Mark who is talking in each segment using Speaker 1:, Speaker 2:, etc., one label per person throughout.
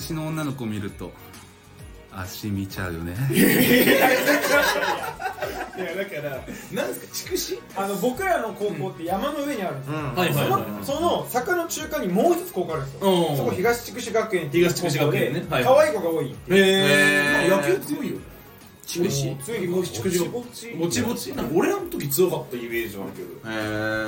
Speaker 1: しの女の子見ると足見ちゃうよね
Speaker 2: いやだからなんですか筑紫あの僕らの高校って山の上にあるんですよ、
Speaker 3: はいはいはい
Speaker 2: そのその坂の中間にもう一つ高校あるんですよ、
Speaker 3: うん
Speaker 2: そこ東筑紫学園っていう
Speaker 3: 東筑紫学園ね
Speaker 2: 高校で
Speaker 3: はい
Speaker 2: 可愛い子が多いっていう
Speaker 3: へ
Speaker 4: 野球強いよね
Speaker 3: 筑紫
Speaker 2: 強い
Speaker 4: もう筑紫
Speaker 2: ぼち
Speaker 4: ぼちぼちなんか俺らの時強かったイメージあるけど
Speaker 1: へ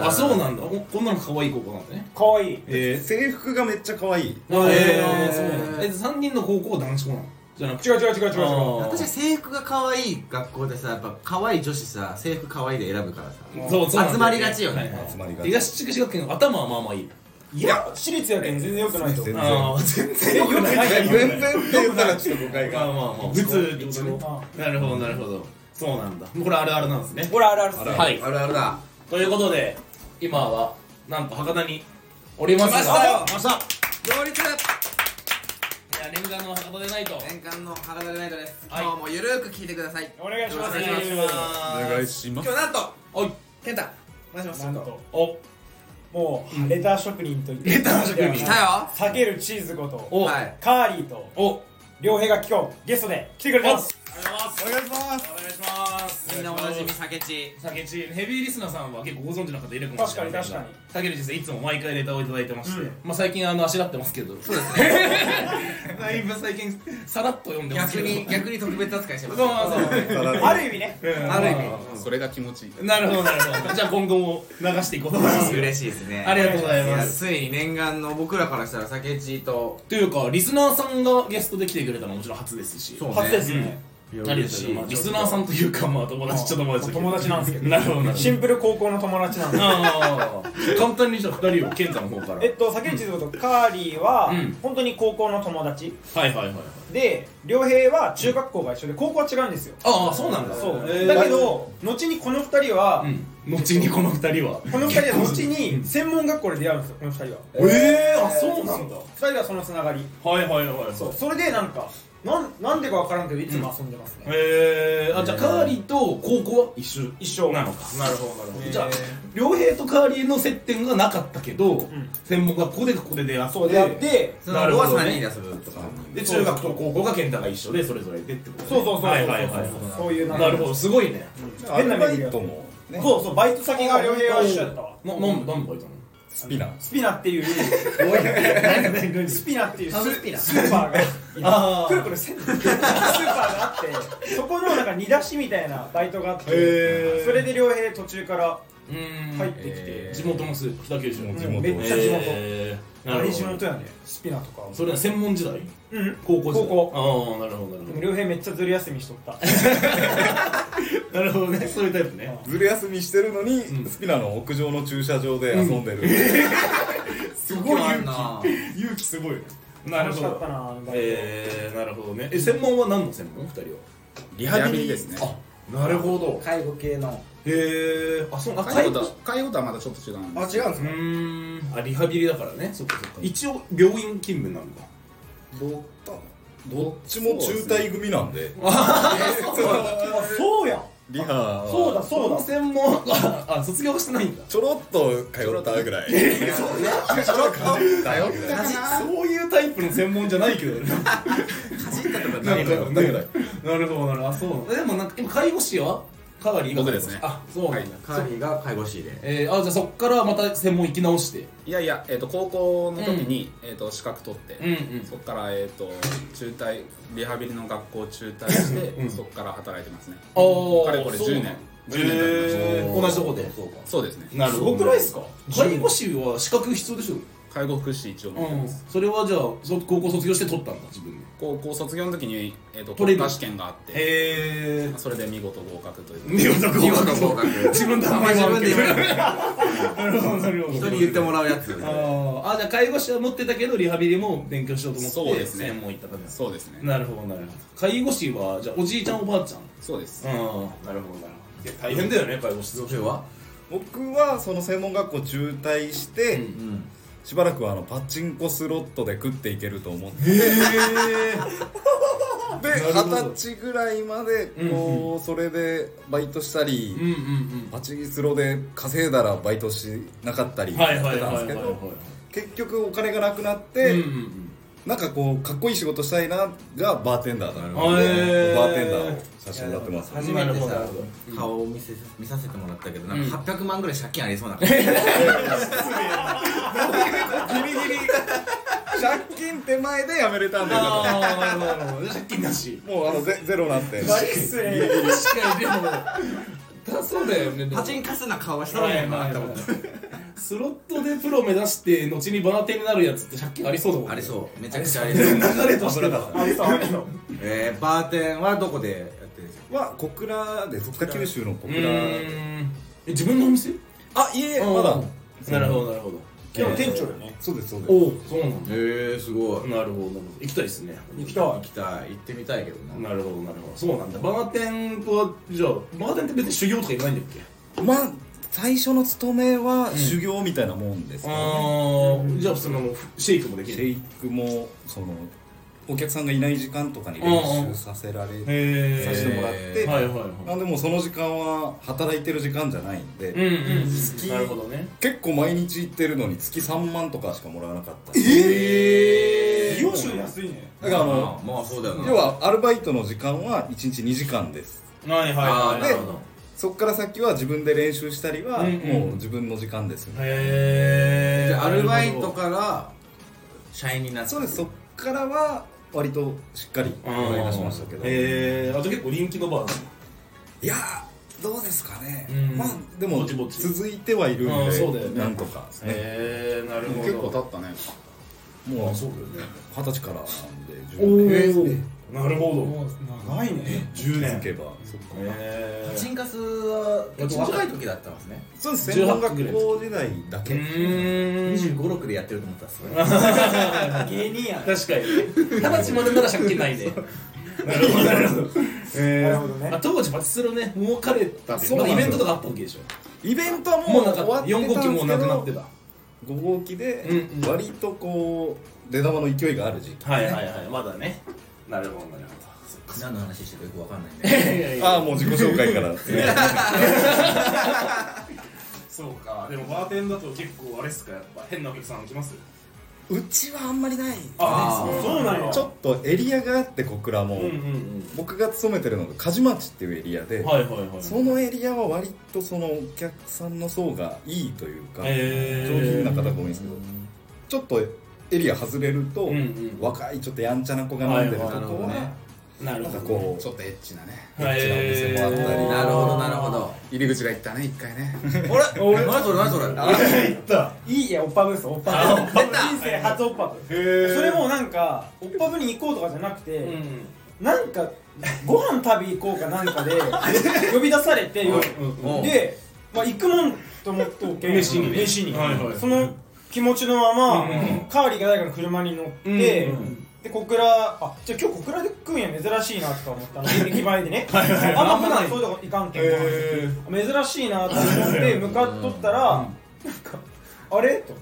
Speaker 1: ー
Speaker 3: あそうなんだここんなの可愛い子かなんだね
Speaker 2: 可愛い
Speaker 3: え
Speaker 5: 制服がめっちゃ可愛い
Speaker 3: ー、あ
Speaker 1: へー
Speaker 3: ーそうなんだえ3人の高校は男子校なのじゃなくて
Speaker 2: 違う違う違う違う違う
Speaker 3: あー
Speaker 6: 私は制服が可愛い学校でさやっぱ可愛い女子さ制服可愛いで選ぶからさ
Speaker 3: そうそうなんだよね
Speaker 6: 集まりがちよね
Speaker 3: はいはい
Speaker 5: 集まりがち
Speaker 3: 東筑紫学園の頭はまあまあいい
Speaker 2: いや私立やけん全然良くないと
Speaker 5: 全
Speaker 2: 思う
Speaker 5: 然
Speaker 3: ああ全然
Speaker 5: 全然全然って言ったらちょっと誤解
Speaker 3: まあ
Speaker 5: が
Speaker 3: まあまあ普通ってことね
Speaker 2: あ
Speaker 3: なるほどなるほどそうなんだこれあるあるなんですね
Speaker 2: これあるあるっすね
Speaker 3: はい
Speaker 6: あるあるだ
Speaker 3: ということで今はなんと博多におりますが
Speaker 6: 来ましたよ
Speaker 3: 来ましたい
Speaker 6: 行列
Speaker 3: や念願の博多でないと
Speaker 6: 年間の原田ナイトです
Speaker 3: はい
Speaker 6: 今日もゆるーく聞いてください
Speaker 2: お願いします
Speaker 6: お願いします
Speaker 1: お願いします
Speaker 6: 今日なんと
Speaker 3: おい
Speaker 6: 健太お願いします
Speaker 2: なんと
Speaker 3: お
Speaker 2: もうレター職人と言って
Speaker 3: レター職人
Speaker 6: 来
Speaker 2: い
Speaker 6: た
Speaker 2: や
Speaker 6: よ
Speaker 2: 避けるチーズこと
Speaker 3: お
Speaker 6: はい
Speaker 2: カーリーと
Speaker 3: お
Speaker 2: 両平が今日ゲストで来てくれてます
Speaker 3: お願いしますお願いします
Speaker 6: みんなおなじみ酒地
Speaker 3: 酒知ヘビーリスナーさんは結構ご存知の方いるかもしれない
Speaker 2: 確かに確
Speaker 3: に竹内先生いつも毎回レターをいただいてまして、
Speaker 2: うん
Speaker 3: まあ最近あのあしらってますけどそうですねだいぶ最近さらっと読んでます
Speaker 6: 逆
Speaker 3: けど
Speaker 6: に逆に特別扱いして
Speaker 3: そ
Speaker 6: ま
Speaker 3: う
Speaker 6: す
Speaker 3: そうそう
Speaker 2: ある意味ね
Speaker 3: うん
Speaker 6: ある意味
Speaker 3: ま
Speaker 1: それが気持ちいい
Speaker 3: あ なるほどなるほどじゃあ今後も流していこうと思い ます
Speaker 6: 嬉しいですね
Speaker 3: ありがとうござい
Speaker 6: い
Speaker 3: ま
Speaker 6: や
Speaker 3: す
Speaker 6: ついに念願の僕らからしたら酒地と
Speaker 3: というかリスナーさんがゲストで来てくれたのはもちろん初ですし
Speaker 6: そうね
Speaker 2: 初ですね
Speaker 6: いや
Speaker 3: ありが
Speaker 6: 嬉
Speaker 3: とうござい
Speaker 6: しい
Speaker 3: ますリスナーさんというかまあ友達ちょっと友達だけど
Speaker 2: 友 達なんですけど
Speaker 3: なるほどなるほど
Speaker 2: シンプル高校の友達なんで
Speaker 3: ああ簡単にじゃあ2人を健太の方からは
Speaker 2: え
Speaker 3: い
Speaker 2: っと竹内のことカーリーは
Speaker 3: うん
Speaker 2: 本当に高校の友達
Speaker 3: はいはいはい
Speaker 2: で両平は中学校が一緒で高校は違うんですよ
Speaker 3: ああそうなんだ
Speaker 2: そう
Speaker 3: えー
Speaker 2: だけど後にこの二人は
Speaker 3: うん後にこの2人は
Speaker 2: この二人は後に専門学校で出会うんですよこの二人は
Speaker 3: ええあそうなんだ
Speaker 2: 二人はそのつながり
Speaker 3: はいはいはい
Speaker 2: そうそれでなんかなんなんでかわからんけどいつも遊んでますね
Speaker 3: ええあじゃあカーリーと高校は一緒
Speaker 2: 一緒
Speaker 3: なのかなるほどなるほ
Speaker 2: え
Speaker 3: ど
Speaker 2: ー
Speaker 3: じゃあ良平とカーリーの接点がなかったけど
Speaker 2: ん
Speaker 3: 専門学校でここで出会って
Speaker 2: そう出会って
Speaker 6: その後は3人で遊ぶとか
Speaker 3: で中学と高校が健太が一緒でそれぞれでってことね
Speaker 2: そうそうそうそう
Speaker 3: はいはいはい
Speaker 2: そういう流れ
Speaker 3: なるほどすごいね
Speaker 2: ん変なメ
Speaker 5: アル
Speaker 2: ニ
Speaker 5: バ
Speaker 2: ュー
Speaker 5: イトもね
Speaker 2: そうそうバイト先が両平は一緒やったわ
Speaker 3: ななんなんだいたの
Speaker 5: スピナー
Speaker 2: スピナっていうスピナっていうス
Speaker 6: スピナ
Speaker 2: スーパーが
Speaker 3: あー
Speaker 2: くるくるせんスーパーがあってそこのなんか煮出しみたいなバイトがあってそれで両平途中から
Speaker 3: うーん
Speaker 2: 入ってきて
Speaker 3: 地元のスー北九州の地元
Speaker 2: めっちゃ地元
Speaker 3: えーな
Speaker 2: あ
Speaker 3: る
Speaker 2: れ
Speaker 3: ほ
Speaker 2: 地
Speaker 3: ど
Speaker 2: 元やねスピナとか
Speaker 3: それは専門時代
Speaker 2: うん
Speaker 3: 高校時代
Speaker 2: 高
Speaker 3: 校ああなるほどなるほ
Speaker 2: 両平めっちゃずる休みしとった
Speaker 3: ど なるほどねそういうタイプね
Speaker 5: ずる休みしてるのに
Speaker 3: うん
Speaker 5: スピナーの屋上の駐車場で遊んでる
Speaker 6: すごいな
Speaker 5: 勇気すごいね
Speaker 3: なる
Speaker 2: 楽
Speaker 3: ほ
Speaker 2: しかった
Speaker 3: ど
Speaker 2: なあのバイト
Speaker 3: えーなるほどねえ専門は何の専門二人
Speaker 5: リ
Speaker 1: ハビリですね
Speaker 3: はなるほど
Speaker 6: 介護系の
Speaker 3: へえあそうあ
Speaker 1: 介
Speaker 3: 介
Speaker 1: 護
Speaker 3: 護
Speaker 1: と介護とはまだちょっと違うん
Speaker 5: あ
Speaker 1: で
Speaker 5: 違うんです
Speaker 3: う
Speaker 5: か
Speaker 3: ーんあリハビリだからねそっかそっか一応病院勤務なんだ
Speaker 5: どどっちも中退組なんで
Speaker 2: あそうやん
Speaker 5: リハは
Speaker 2: そうだそうだ
Speaker 3: 専門はあ卒業してないんだ
Speaker 5: ちょろっと通ったぐらい ちょろっと 通ったぐらい
Speaker 3: そういうタイプの専門じゃないけどね
Speaker 6: かじったとか
Speaker 3: な
Speaker 6: ない
Speaker 3: る
Speaker 6: の
Speaker 3: ほ
Speaker 6: よ
Speaker 3: ど、なるほど、なるほど、あ、そうなんだ。でも、なんか、今介護士は。かなり。
Speaker 1: 僕ですね
Speaker 3: あ、そうなんだ。
Speaker 6: 管理が介護士で
Speaker 3: えー、あ、じゃ、あそっから、また専門行き直して。
Speaker 1: いやいや、えー、と高校の時に、えー、と資格取って、
Speaker 3: うんうん
Speaker 1: そこから、えー、と中退リハビリの学校を中退して、
Speaker 3: うん
Speaker 1: そこから働いてますね
Speaker 3: お
Speaker 1: かれこれ10年10年経ちました
Speaker 3: えー、同じとこで。
Speaker 1: そうですね
Speaker 3: なるほど。すごくないですか。介護士は資格必要でしょ
Speaker 1: 介護福祉一応持ってます、
Speaker 3: それは、じゃあ、そ高校卒業して取ったんだ、自分で。
Speaker 1: 高校卒業の時に、えー、と
Speaker 3: 取れ
Speaker 1: 国
Speaker 3: る
Speaker 1: 家試験があって、
Speaker 3: ええ。
Speaker 1: それで見事合格という
Speaker 3: 見事合
Speaker 6: 今
Speaker 3: 格
Speaker 6: の合格
Speaker 3: 自分で名前
Speaker 6: 自
Speaker 3: もあ
Speaker 6: 分
Speaker 3: る
Speaker 6: で
Speaker 3: けど
Speaker 6: 言う
Speaker 3: なるほどなるほど
Speaker 6: 人に言ってもらうやつ
Speaker 3: あーあじゃあ介護士は持ってたけどリハビリも勉強しようと思って
Speaker 1: そうですね
Speaker 3: 専門行った感じです
Speaker 1: そうですね
Speaker 3: なるほどなるほど介護士はじゃあおじいちゃんおばあちゃん
Speaker 1: そうです
Speaker 3: うんなるほどなるほど大変だよね介護士
Speaker 6: 女性は
Speaker 5: 僕はその専門学校中退して、
Speaker 6: うん
Speaker 5: しばらくはあのパチンコスロットで食っていけると思って
Speaker 3: へえ
Speaker 5: で
Speaker 3: るほど
Speaker 5: 二十歳ぐらいまでこう、それでバイトしたり、
Speaker 3: うんうん
Speaker 5: パチンスロで稼いだらバイトしなかったり
Speaker 3: うん
Speaker 5: して
Speaker 3: はいはいはい
Speaker 5: た
Speaker 3: は
Speaker 5: ん
Speaker 3: い
Speaker 5: です
Speaker 3: はいは
Speaker 5: けど結局お金がなくなっ
Speaker 3: い
Speaker 5: て、
Speaker 3: うんうんうん
Speaker 5: なんかこうかっこいい仕事したいながバーテンダーだな
Speaker 3: へー
Speaker 5: バーテンダーを写真になってます
Speaker 2: 初めて
Speaker 3: な
Speaker 2: さ
Speaker 3: るほど
Speaker 6: 顔を見せ見させてもらったけどなんんか800万ぐらい借金ありそうな
Speaker 5: 借金手前でやめれたんだよ
Speaker 3: ああなるほ ど借金なし
Speaker 5: もうあのゼゼロなんて
Speaker 2: バリ失礼
Speaker 3: 確かにでもだそうだよねでも
Speaker 6: パチンカスな顔はしたもんなって思った
Speaker 3: スロットでプロ目指して後にバーテンになるやつって借金ありそうだもんね
Speaker 6: ありそうめちゃくちゃありそう
Speaker 3: 流れとしては
Speaker 2: ありそうありそう
Speaker 6: えー、バーテンはどこでやってるんですか
Speaker 5: は小倉です北九州の小
Speaker 3: う
Speaker 5: 倉
Speaker 3: ーんえ自分のお店
Speaker 5: あいえまだ
Speaker 3: なるほどなるほど
Speaker 2: でも店長よね
Speaker 5: そうですそうです
Speaker 3: おおそうなんだ
Speaker 6: えー、すご
Speaker 3: なるほ
Speaker 6: い
Speaker 3: どなるほど行きたいですね
Speaker 2: 行きたい
Speaker 6: 行きたい行ってみたいけどな
Speaker 3: なるほどなるほどそうなんだバーテンとはじゃあバーテンって別に修行とかいらないんだっけ
Speaker 5: まあ最初の勤めは修行みたいなもんですけどね
Speaker 3: ああじゃあそのシェイクもでき
Speaker 5: シ
Speaker 3: る
Speaker 5: ェイクもそのお客さんがいない時間とかに練習させられて
Speaker 3: へ
Speaker 5: させてもらっ
Speaker 6: え
Speaker 5: て
Speaker 3: はいはい
Speaker 5: な
Speaker 3: は
Speaker 5: んでもうその時間は働いてる時間じゃないんで、
Speaker 3: いうんうん
Speaker 5: 月
Speaker 3: なるほどね
Speaker 5: 結構毎日行ってるのに月3万とかしかもらわなかった
Speaker 3: え
Speaker 2: 美容師より安いね
Speaker 5: だからあ
Speaker 6: ま
Speaker 5: の
Speaker 6: あまあそうだよな
Speaker 5: 要はアルバイトの時間は1日2時間です
Speaker 3: はいはい
Speaker 6: あ
Speaker 3: は
Speaker 6: あ
Speaker 3: い
Speaker 6: なるほど
Speaker 5: そっから先は自分で練習したりは
Speaker 3: うんうん
Speaker 5: もう自分の時間ですよね、
Speaker 3: へ
Speaker 6: じ
Speaker 3: え
Speaker 6: ゃあアルバイトから社員になって
Speaker 5: そうですそっからは割としっかり思い出しましたけど、
Speaker 3: へえあと結構人気のバーなんだ
Speaker 5: いやーどうですかね、
Speaker 3: うん
Speaker 5: まあでも
Speaker 3: ぼちぼち
Speaker 5: 続いてはいるん
Speaker 3: あー
Speaker 5: で
Speaker 3: そうだよね
Speaker 5: なんとかですね
Speaker 3: へえなるほど
Speaker 1: 結構経ったね
Speaker 5: もう
Speaker 7: そう
Speaker 5: 二
Speaker 7: だよね
Speaker 5: 十歳からなんで
Speaker 3: お
Speaker 5: 10年
Speaker 3: おなるほ
Speaker 2: もう長いね
Speaker 3: ど10
Speaker 5: 続けばそっか
Speaker 3: へ
Speaker 6: パ
Speaker 3: え
Speaker 6: チンカスは結構若い時だったんですね
Speaker 5: そうです
Speaker 3: 18
Speaker 5: 専門学校時代だ
Speaker 3: う
Speaker 5: け
Speaker 3: ーん
Speaker 6: 2 5六6でやってると思ったんですよ
Speaker 2: 芸人や
Speaker 3: 確かに二十歳までなら借金ないねなるほどなるほど
Speaker 2: なるほどね
Speaker 3: あ当時パチスロね儲かれたっていう
Speaker 5: そう
Speaker 3: ま
Speaker 5: な
Speaker 3: あイ
Speaker 5: んですよ
Speaker 3: ベントとかあったわけでしょ
Speaker 5: イベントはも
Speaker 3: も
Speaker 5: う
Speaker 3: うな
Speaker 5: 終
Speaker 3: かっ
Speaker 5: わったてた
Speaker 3: 4
Speaker 5: んです
Speaker 3: 号機
Speaker 5: けど
Speaker 3: もうなくなってた
Speaker 5: 5号機で
Speaker 3: うんうん
Speaker 5: 割とこう出玉の勢いがある時期
Speaker 3: はいはいはいまだねなるほどなる
Speaker 6: 何の話してるかよくわかんないん
Speaker 3: ほ
Speaker 6: で
Speaker 3: どいやいや
Speaker 5: ああもう自己紹介からですね
Speaker 3: そうかでもバーテンだと結構あれっすかやっぱ変なお客さん来ます
Speaker 5: うちはあんまりない
Speaker 3: あ
Speaker 6: あー
Speaker 3: そうなんや
Speaker 5: ちょっとエリアがあって小倉も、
Speaker 3: うんうん
Speaker 5: 僕が勤めてるのが鍛冶町っていうエリア
Speaker 3: う
Speaker 5: で、
Speaker 3: んはいはいはい
Speaker 5: そのエリアは割とそのお客さんの層がいいというか、
Speaker 3: へ
Speaker 5: 上
Speaker 3: ー
Speaker 5: 品な方が多いんですけどちょっとエリア外れると、
Speaker 3: うんうん
Speaker 5: 若いちょっとやんちゃな子が飲んでるとこは、
Speaker 6: はいはいなるほどね
Speaker 3: なる
Speaker 5: なん
Speaker 3: ほ
Speaker 5: か
Speaker 3: ど
Speaker 5: こう
Speaker 1: ちょっとエッチなね
Speaker 5: エッチなお店もあったり、
Speaker 3: へー
Speaker 6: なるほどなるほど
Speaker 1: 入り口がいったね一回ね
Speaker 6: あれ何それ何それ
Speaker 2: いいやオッパブですオッパブ人生初オッパブそれもなんかオッパブに行こうとかじゃなくて、
Speaker 3: うん
Speaker 2: なんかご飯食べ行こうかなんか で呼び出されて、
Speaker 6: うんうん
Speaker 2: で、まあ、行くもんと思っておけ
Speaker 3: 飯にね
Speaker 2: 飯に、
Speaker 3: はいはい
Speaker 2: その気持ちのまま、
Speaker 3: うんうん
Speaker 2: カーリーが誰かの車に乗って、
Speaker 3: うんうん
Speaker 2: で小倉あじゃあ今日小倉で食うんや珍しいなとか思ったの駅前でねあんま普段そういうとこ行かんけん、珍しいなと思って向かっとったら、なんかあれと、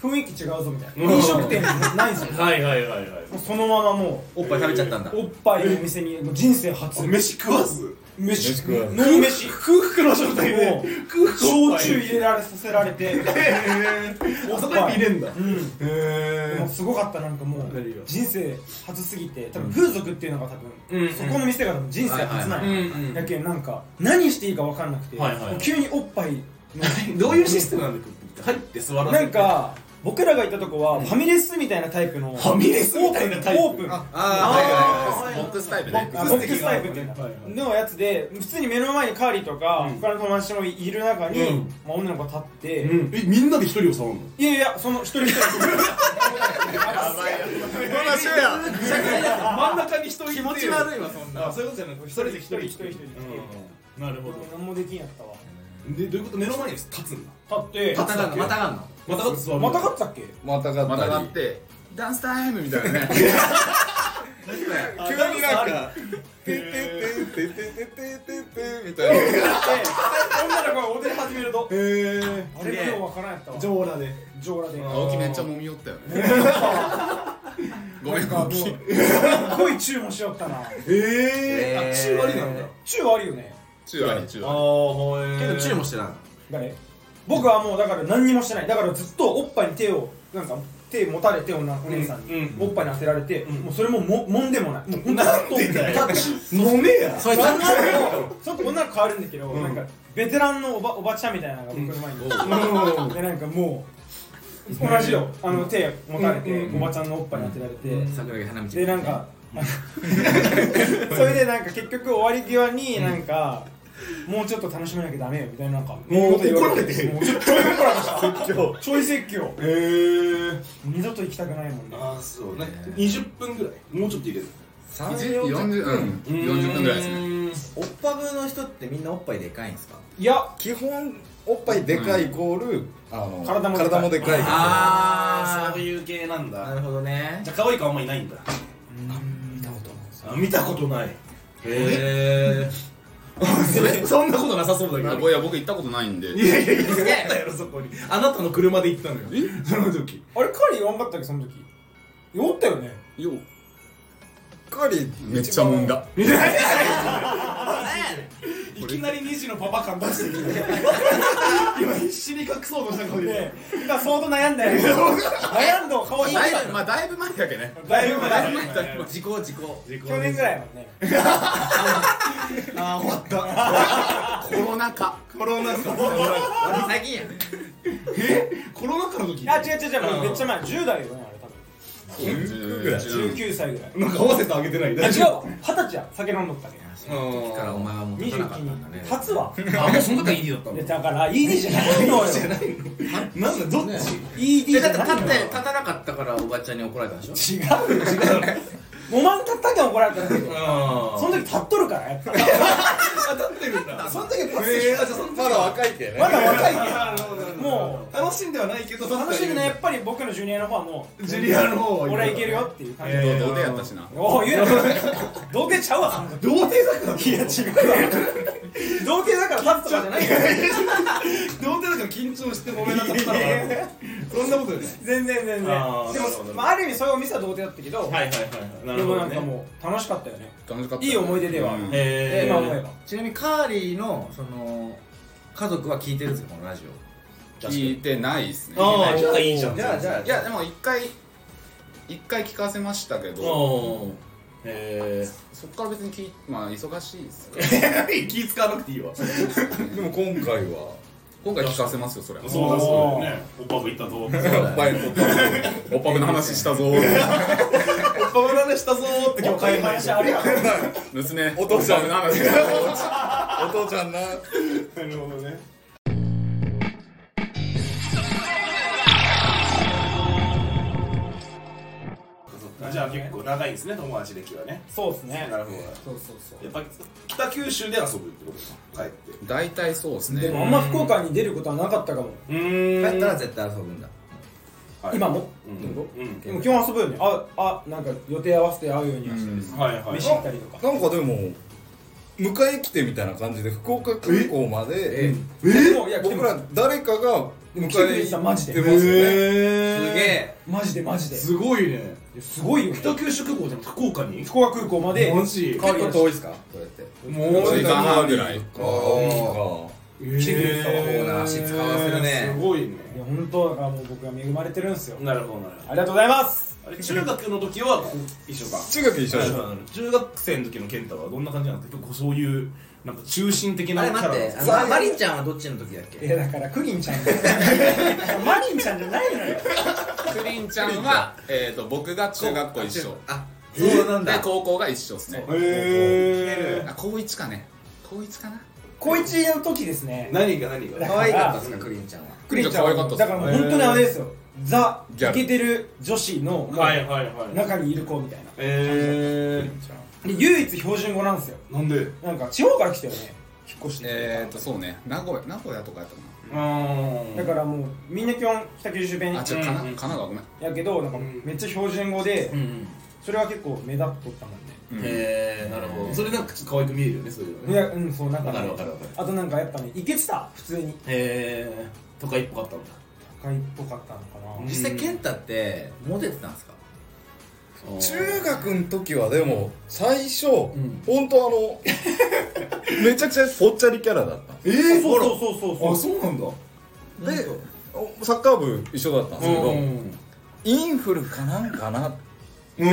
Speaker 2: 雰囲気違うぞみたいな、
Speaker 3: うん
Speaker 2: 飲食店ないぞ
Speaker 3: はいはいはいはい
Speaker 2: もうそのままもう
Speaker 6: おっぱい食べちゃったんだ
Speaker 2: おっぱいのお店にもう人生初
Speaker 7: 飯食わず
Speaker 2: 飯
Speaker 5: 飯食わず
Speaker 2: ノー飯
Speaker 3: 空腹の状態
Speaker 2: も
Speaker 3: で
Speaker 2: う
Speaker 3: 空
Speaker 2: 焼酎
Speaker 3: へ
Speaker 2: 入れられさせられ て
Speaker 3: えお酒入れんだへ
Speaker 2: うんで
Speaker 3: え
Speaker 2: もすごかったなんかもう
Speaker 3: 何が
Speaker 2: 人生初すぎて多分風俗っていうのが多分、
Speaker 3: うん
Speaker 2: そこの店が多分人生初な
Speaker 3: うん
Speaker 2: や、
Speaker 3: ん
Speaker 2: だけどなんか何していいか分かんなくて、
Speaker 3: はいはいはい
Speaker 2: 急におっぱい の
Speaker 3: うんどういうシステムなんだっけ入って座らせて
Speaker 2: なんか僕らがいたとこはファミレスみたいなタイプの、
Speaker 3: ファミレスみたいなタイプ
Speaker 2: オープン
Speaker 6: あ
Speaker 1: ボックスタイプね
Speaker 2: ボックスタイプっていうののやつで普通に目の前にカーリーとか、
Speaker 3: うん
Speaker 2: 他の友達もいる中に、
Speaker 3: うん
Speaker 2: まあ、女の子が立って、
Speaker 3: うんえみんなで一人を触るの
Speaker 2: いやいやその一人一人
Speaker 3: 真ん中に一人
Speaker 6: 気持ち悪いわそんな
Speaker 3: あそういうことじゃなくて一人で一人
Speaker 2: 一人一人一人
Speaker 3: うんなるほ
Speaker 2: 何もできんやったわ
Speaker 3: どでどういうこと目の前に立つんだ
Speaker 2: 立って
Speaker 6: またがんのまたがんの
Speaker 3: またがって座る
Speaker 2: またがってたっけ
Speaker 5: またが
Speaker 1: またが
Speaker 5: っ
Speaker 1: った
Speaker 5: り
Speaker 1: てダンスタイムみたい なね
Speaker 5: 急になんか「ててててててててて」みたいな。
Speaker 2: 女の子が踊り始めると
Speaker 3: へえ
Speaker 2: あれもようわからんやったわ
Speaker 3: 上裸で
Speaker 2: 上裸で
Speaker 1: 青木めっちゃ揉み寄ったよ ねごめん
Speaker 2: なん
Speaker 1: 青
Speaker 2: か
Speaker 1: 木
Speaker 2: もうすっごい注文しよったな
Speaker 3: ええあ中割りなんだ
Speaker 2: チューあるよね
Speaker 1: 中あり中
Speaker 3: あ
Speaker 1: あ
Speaker 3: はい
Speaker 6: けどチューもしてないの
Speaker 2: 誰僕はもうだから何にもしてないだからずっとおっぱいに手をなんか手持たれて女お姉さんに、
Speaker 3: う
Speaker 2: お
Speaker 3: ん
Speaker 2: っぱいに当てられて、もうそれもも揉んでもないもうほんとずっとタッチ
Speaker 8: 飲めや
Speaker 3: それ
Speaker 2: 女
Speaker 3: だ
Speaker 2: の子のちょっと女の子変わるんだけど、なんかベテランのおばおばちゃんみたいなのが僕の前に、でなんかもう同じよあの手持たれて、おばちゃんのおっぱいに当てられて、
Speaker 6: 桜木花道
Speaker 2: でなんかそれでなんか結局終わり際になんか、もうちょっと楽しめなきゃダメよみたいななんか
Speaker 8: もう怒られて
Speaker 2: もうちょっとちょい怒られました説教ちょい説教
Speaker 8: へえ
Speaker 2: 二度と行きたくないもんね
Speaker 8: ああそうね20分ぐらいもうちょっと入れる
Speaker 1: 40うん40分ぐらいですね
Speaker 3: すね
Speaker 5: おっぱぶの人ってみんなおっぱいでかいんですか
Speaker 2: いや
Speaker 5: 基本おっぱいでかいイコール、あの
Speaker 2: 体もでかい
Speaker 5: 体もでかい
Speaker 3: あ
Speaker 6: あー
Speaker 3: そういう系なん
Speaker 6: な
Speaker 3: だ
Speaker 6: るほどね
Speaker 3: じゃあ可愛い子あんまいないんだあ見たことない
Speaker 6: へえ
Speaker 3: それそんなことなさそうだけど
Speaker 1: いや僕行ったことないんで
Speaker 3: いやいやいやそうだよそこにあなたの車で行ったのよその時
Speaker 2: あれカリー言わんかったっけその時酔ったよね
Speaker 1: よ
Speaker 5: カリー
Speaker 1: めっちゃもんだ
Speaker 3: いきなり2時のパパ感出してきて今必死に隠そうとした顔で
Speaker 2: で今相当悩んだよね悩んだ顔して
Speaker 1: だいぶまあだいぶ前だけね
Speaker 2: だいぶ前だ
Speaker 6: 時効時効
Speaker 2: 去年ぐらいだもんね
Speaker 3: あー終わった
Speaker 1: コロナ禍
Speaker 3: コロナ禍
Speaker 6: 最近やん
Speaker 3: コロナ禍の時
Speaker 2: あ違う違う違うもうめっちゃ前10代よねあれ多分
Speaker 1: 19ぐらい
Speaker 2: 19歳ぐらい
Speaker 3: なんか合わせてあげてない
Speaker 2: あ違うわ二十歳や酒飲んどったね
Speaker 6: その時からお前はもう立たなかったんだね
Speaker 2: 29初は
Speaker 3: あもうその中 ED だった
Speaker 2: でだから ED じゃないのよ
Speaker 3: なんだどっち、
Speaker 2: ED
Speaker 6: え
Speaker 2: じ
Speaker 6: だ
Speaker 2: ゃ
Speaker 6: って
Speaker 2: ない
Speaker 6: 立って
Speaker 2: の
Speaker 6: 立たなかったからおばちゃんに怒られたんでしょ
Speaker 2: 違うよ違うよ5万立ったけん怒られたんだけど
Speaker 3: あ
Speaker 2: その時立っとるからやっぱ
Speaker 3: 立ってるんだ
Speaker 2: その時パス
Speaker 3: えー、あじゃあその時
Speaker 5: まだ若いけね
Speaker 2: まだ若いけども
Speaker 3: 楽しんではないけど
Speaker 2: う楽しみなやっぱり僕のジュニアの方はもう
Speaker 3: ジュニアの方
Speaker 2: 俺はいけるよっていう感じ
Speaker 3: え
Speaker 2: で
Speaker 3: ー
Speaker 1: 童貞やったしな
Speaker 2: おお言うな童貞ちゃうわその時
Speaker 3: 童貞だから
Speaker 2: いや違うわ童貞だから立つとかじゃないから
Speaker 3: 童貞だから緊張して揉めなかった
Speaker 2: いやい
Speaker 3: らそんなことよね
Speaker 2: 全然全然で
Speaker 3: あーなるほど
Speaker 2: もまあある意味そういうお店は童貞だったけど
Speaker 3: いはいはいな
Speaker 2: でもなんかもう楽しかったよね
Speaker 1: 楽しかった
Speaker 2: いい思い出ではある
Speaker 1: うん
Speaker 3: えー、
Speaker 2: 今思えば
Speaker 6: ちなみにカーリーのその家族は聞いてるんですかこのラジオ
Speaker 1: 聞いてないっすね
Speaker 3: ああじゃあいいじゃん
Speaker 5: じゃあじゃあ
Speaker 1: いやでも一回一回聞かせましたけど
Speaker 3: おえ
Speaker 1: そっから別に聞いまあ忙しいっすね
Speaker 3: ー、 気使わなくていいわそう
Speaker 5: でも今回は
Speaker 1: 今回聞かせますよそ れは
Speaker 3: だそうだよねおっぱぶ行った ぞ
Speaker 5: おっぱいのこと
Speaker 1: おっぱぶの話したぞ
Speaker 3: おっぱぶらしたぞーって今日帰りま
Speaker 2: 話
Speaker 3: した
Speaker 2: あるやん
Speaker 1: 娘
Speaker 5: お父さん
Speaker 1: の話したぞ
Speaker 5: お父ちゃんな
Speaker 3: なるほどねじゃあ結構長いんですね友達歴はね
Speaker 2: そうですね
Speaker 3: なるほど
Speaker 2: そうそうそう
Speaker 3: やっぱ北九州で遊ぶってことですか帰って
Speaker 1: 大体そうです
Speaker 2: でもあ
Speaker 1: ね
Speaker 2: んま福岡に出ることはなかったかも
Speaker 3: う
Speaker 6: 帰
Speaker 3: ー
Speaker 6: ったら絶対遊ぶんだ
Speaker 3: はい
Speaker 2: 今も
Speaker 3: うんうん
Speaker 2: でも基本遊ぶよねああなんか予定合わせて会うようにはしてる
Speaker 1: うん
Speaker 3: はいはい
Speaker 2: 飯行ったりとか
Speaker 5: なんかでも迎え来てみたいな感じで福岡空港まで
Speaker 2: えもいや来て
Speaker 5: 僕
Speaker 2: もら
Speaker 5: ら誰かが迎
Speaker 2: 来てく
Speaker 5: え
Speaker 2: れてたマジで
Speaker 5: 行ってますよね
Speaker 6: すげえ
Speaker 2: マジでマジです
Speaker 3: ごいね
Speaker 2: すごいよ
Speaker 3: 北九州空港じゃなくて福岡に
Speaker 2: 福岡空港まで
Speaker 3: マジ
Speaker 2: 帰
Speaker 5: 結
Speaker 2: り
Speaker 5: 構
Speaker 2: ま
Speaker 5: 遠
Speaker 2: し
Speaker 5: いですかこうやって
Speaker 3: も
Speaker 1: う一時間半ぐらい
Speaker 5: あ
Speaker 3: 来
Speaker 6: てくれてたわこんな足使わせるね
Speaker 3: すごいね
Speaker 2: たいや本当だからもう僕は恵まれてるんですよ
Speaker 3: なるほどなるほど
Speaker 2: ありがとうございます
Speaker 3: あれ中学の時はここ一緒か
Speaker 5: 中学一緒でしょ
Speaker 3: 中学生の時の健太はどんな感じなんですか結構そういうなんか中心的
Speaker 6: あ
Speaker 3: な
Speaker 6: れ
Speaker 3: キャ
Speaker 6: 待
Speaker 3: ラ
Speaker 6: って
Speaker 3: なんで
Speaker 6: あの
Speaker 3: すか
Speaker 6: ママリンちゃんはどっちの時だっ
Speaker 2: い
Speaker 6: け
Speaker 2: やだからクリンちゃんマリンちゃんじゃないのよ
Speaker 1: クリンちゃんはえっと僕が中学校一緒
Speaker 6: あそうなん
Speaker 1: で
Speaker 6: だ
Speaker 1: 高校が一緒ですね
Speaker 3: へ
Speaker 1: あ高一かね高一かな
Speaker 2: 高一の時ですね
Speaker 3: 何が何が
Speaker 6: 可愛かったっすかクリンちゃんは
Speaker 2: クリンちゃん
Speaker 1: め
Speaker 2: は
Speaker 1: っちゃ可愛かったっす
Speaker 2: だからもう本当にあれですよザイ
Speaker 1: ギャル
Speaker 2: ケてる女子のもう
Speaker 3: はいはいはい
Speaker 2: 中にいる子みたいな
Speaker 3: え
Speaker 2: で唯一標準語なんですよ
Speaker 3: ー、なんでう
Speaker 2: なんか地方から来たよね引っ越して
Speaker 1: えっとそうね名古屋名古屋とかやったか
Speaker 3: ーん
Speaker 2: だからもうみんな基本北九州弁
Speaker 1: なあ違うかな
Speaker 3: うん
Speaker 1: 神奈川ごめん
Speaker 2: やけどなんか
Speaker 3: うん
Speaker 2: めっちゃ標準語で
Speaker 3: うん
Speaker 2: それは結構目立っとったもんね
Speaker 1: うん
Speaker 3: へえなるほどそれなんかちょっと可愛く見えるよねそういうの
Speaker 2: い
Speaker 3: ね
Speaker 2: やうんそうなんか
Speaker 3: わか
Speaker 2: ね
Speaker 3: るわかるわかる
Speaker 2: あとなんかやっぱねいけてた普通に
Speaker 3: へえー、とか一歩買ったんだ
Speaker 2: 高いっぽかったのかな
Speaker 3: うん
Speaker 6: 実際健太ってモテてたんですか
Speaker 5: 中学の時はでも最初、
Speaker 3: ん
Speaker 5: ほんとあのめちゃくちゃぽっちゃりキャラだった
Speaker 3: え
Speaker 2: そう
Speaker 3: ー、
Speaker 2: そう
Speaker 3: そ
Speaker 2: そうそうそ
Speaker 3: う
Speaker 2: う
Speaker 3: そうなんだ
Speaker 5: でおサッカー部一緒だったんですけど、
Speaker 3: ん
Speaker 5: インフルかなんかなって
Speaker 3: うん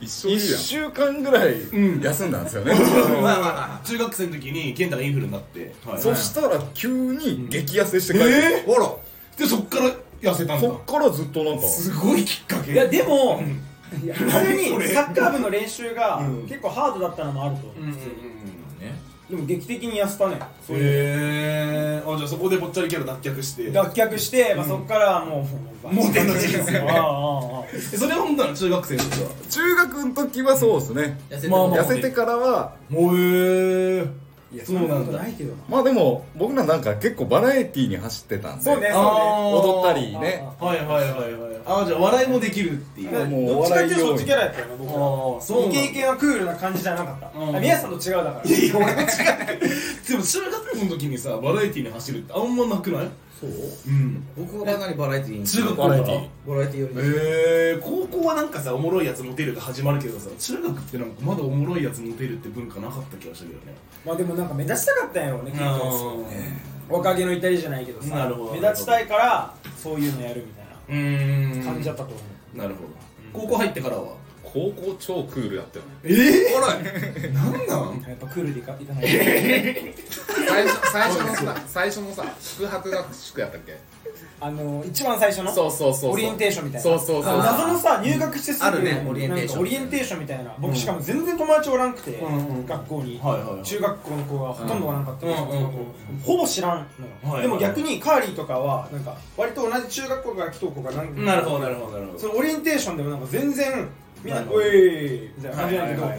Speaker 1: 一緒
Speaker 5: 1週間ぐらい
Speaker 3: うん
Speaker 5: 休んだんですよね、
Speaker 9: まあまあまあ
Speaker 3: 中学生の時に健太がインフルになってはい
Speaker 5: そしたら急に激痩せして帰って、
Speaker 3: え
Speaker 1: ほら
Speaker 3: ーでそっから痩せたんだ
Speaker 5: こっからずっとなんか
Speaker 3: すごいきっかけ
Speaker 2: いやでもいや普通
Speaker 3: 何そ
Speaker 2: に
Speaker 3: れ
Speaker 2: サッカー部の練習が
Speaker 3: うん
Speaker 2: 結構ハードだったのもあると思う
Speaker 3: うんうんうん
Speaker 9: ね
Speaker 2: でも劇的に痩せたねそういう
Speaker 3: へえー、あじゃあそこでぽっちゃりキャラ脱却して
Speaker 2: 脱却して、まあ、そこからはもう、
Speaker 3: もう天の人生
Speaker 2: ああああ
Speaker 3: えそれはほんなら中学生の時は
Speaker 5: 中学の時はそうですね、
Speaker 9: 痩せて
Speaker 2: まあまあ
Speaker 5: 痩せてからは
Speaker 3: もうえー、
Speaker 2: いや
Speaker 3: そうなんだ
Speaker 2: ことないけどな
Speaker 5: まあでも僕らなんか結構バラエティーに走ってたんで
Speaker 2: そうねそ
Speaker 5: 踊ったり
Speaker 2: うね
Speaker 5: ね
Speaker 2: ああ
Speaker 3: はいはいはいはいあじゃあ笑いもできるっていう
Speaker 2: ああ
Speaker 5: もう
Speaker 2: どっちかっていうとそ
Speaker 5: お笑いより
Speaker 2: っちキャラやったよね僕は
Speaker 3: あそ
Speaker 2: イ
Speaker 3: うなんだ
Speaker 2: ケイケなクールな感じじゃなかった
Speaker 3: うん
Speaker 2: あ宮さんと違うだから
Speaker 3: いや俺は違うでも中学生の時にさバラエティーに走るってあんまなくない
Speaker 9: そう
Speaker 3: うん
Speaker 1: 僕はかなりバラエティーに
Speaker 3: 中学
Speaker 5: バラエティー
Speaker 1: バラエティーより
Speaker 3: えー、高校はなんかさおもろいやつモテるが始まるけどさ中学ってなんかまだおもろいやつモテるって文化なかった気がしたけどね
Speaker 2: まあでもなんか目立ちたかったんやろうね結構若気の至りじゃないけどさ
Speaker 3: なるほど
Speaker 2: 目立ちたいからそういうのやるみたいう
Speaker 3: ー
Speaker 2: なん感じだったと思う
Speaker 3: なるほど高校入ってからは
Speaker 10: 高校超クールだったよね
Speaker 3: ええー、なんなん
Speaker 2: やっぱクールでいかいかない
Speaker 1: 最初最初のさ 最初のさ宿泊学宿やったっけ
Speaker 2: あの一番最初の
Speaker 1: そうそうそうそう
Speaker 2: オリエンテーションみたいな
Speaker 1: そうそうそう
Speaker 2: あ謎のさ入学してすぐ
Speaker 1: あるね
Speaker 2: なんか
Speaker 1: オリエンテーション
Speaker 2: オリエンテーションみたいな
Speaker 3: う
Speaker 2: 僕
Speaker 3: ん
Speaker 2: しかも全然友達おらんくて
Speaker 3: うんうん
Speaker 2: 学校に
Speaker 3: はいはいはい
Speaker 2: 中学校の子はほとんどおらんかったけど
Speaker 3: うんうんうん
Speaker 2: ほぼ知らんの
Speaker 3: はい
Speaker 2: よでも逆にカーリーとかはなんか割と同じ中学校から来とう子が何
Speaker 3: なるほどなるほどなるほ
Speaker 2: そのオリエンテーションでもなんか全然みんな
Speaker 3: なる
Speaker 2: 「
Speaker 3: ほ
Speaker 2: お
Speaker 3: ど
Speaker 2: い!」みたいな
Speaker 3: ど
Speaker 2: 感
Speaker 3: は
Speaker 2: じ
Speaker 3: い
Speaker 2: な
Speaker 3: は
Speaker 2: んだ
Speaker 3: い
Speaker 2: けど
Speaker 3: はい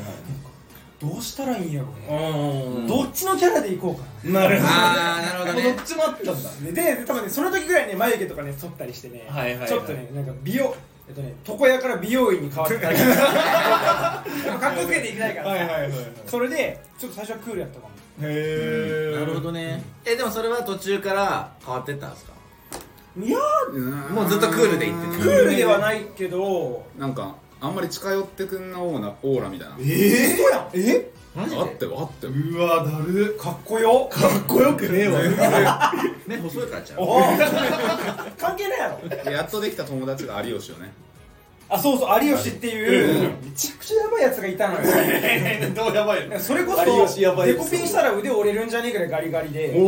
Speaker 2: どうしたらいいんやろうね
Speaker 3: うん
Speaker 2: どっちのキャラでいこうか
Speaker 3: なるほ
Speaker 1: あーなるほど
Speaker 3: ど
Speaker 1: ね
Speaker 3: どっちもあったんだ
Speaker 2: でで多分ねその時ぐらいね眉毛とかね剃ったりしてね、
Speaker 3: はいはいはい
Speaker 2: ちょっとねなんか美容えっとね床屋から美容院に変わった りでもかっこつけていきないから、
Speaker 3: はいはい
Speaker 2: それでちょっと最初はクールやったかも
Speaker 3: へえ
Speaker 6: なるほどねえでもそれは途中から変わってったんですか
Speaker 2: いや
Speaker 1: もうずっとクールでいって
Speaker 2: クールではないけど
Speaker 10: なんかあんまり近寄ってくんなオーラオーラみたいな
Speaker 3: え
Speaker 2: 嘘やんえ
Speaker 1: マジ
Speaker 10: あっ
Speaker 1: で
Speaker 10: たよあったよ
Speaker 3: うわだる
Speaker 2: かっこよ
Speaker 3: かっこよくねえわ
Speaker 1: 目細いからちゃう
Speaker 2: おお 関係ないやろ
Speaker 10: でやっとできた友達が有吉よね
Speaker 2: あそうそう有吉っていう、めちゃくちゃヤバいやつがいたのよ
Speaker 3: どうやばい
Speaker 2: な
Speaker 3: の
Speaker 2: んかそれこ
Speaker 3: 有吉やば
Speaker 2: そ
Speaker 3: いや
Speaker 2: デ
Speaker 3: つ
Speaker 2: コピンしたら腕折れるんじゃねえぐらいガリガリで
Speaker 3: お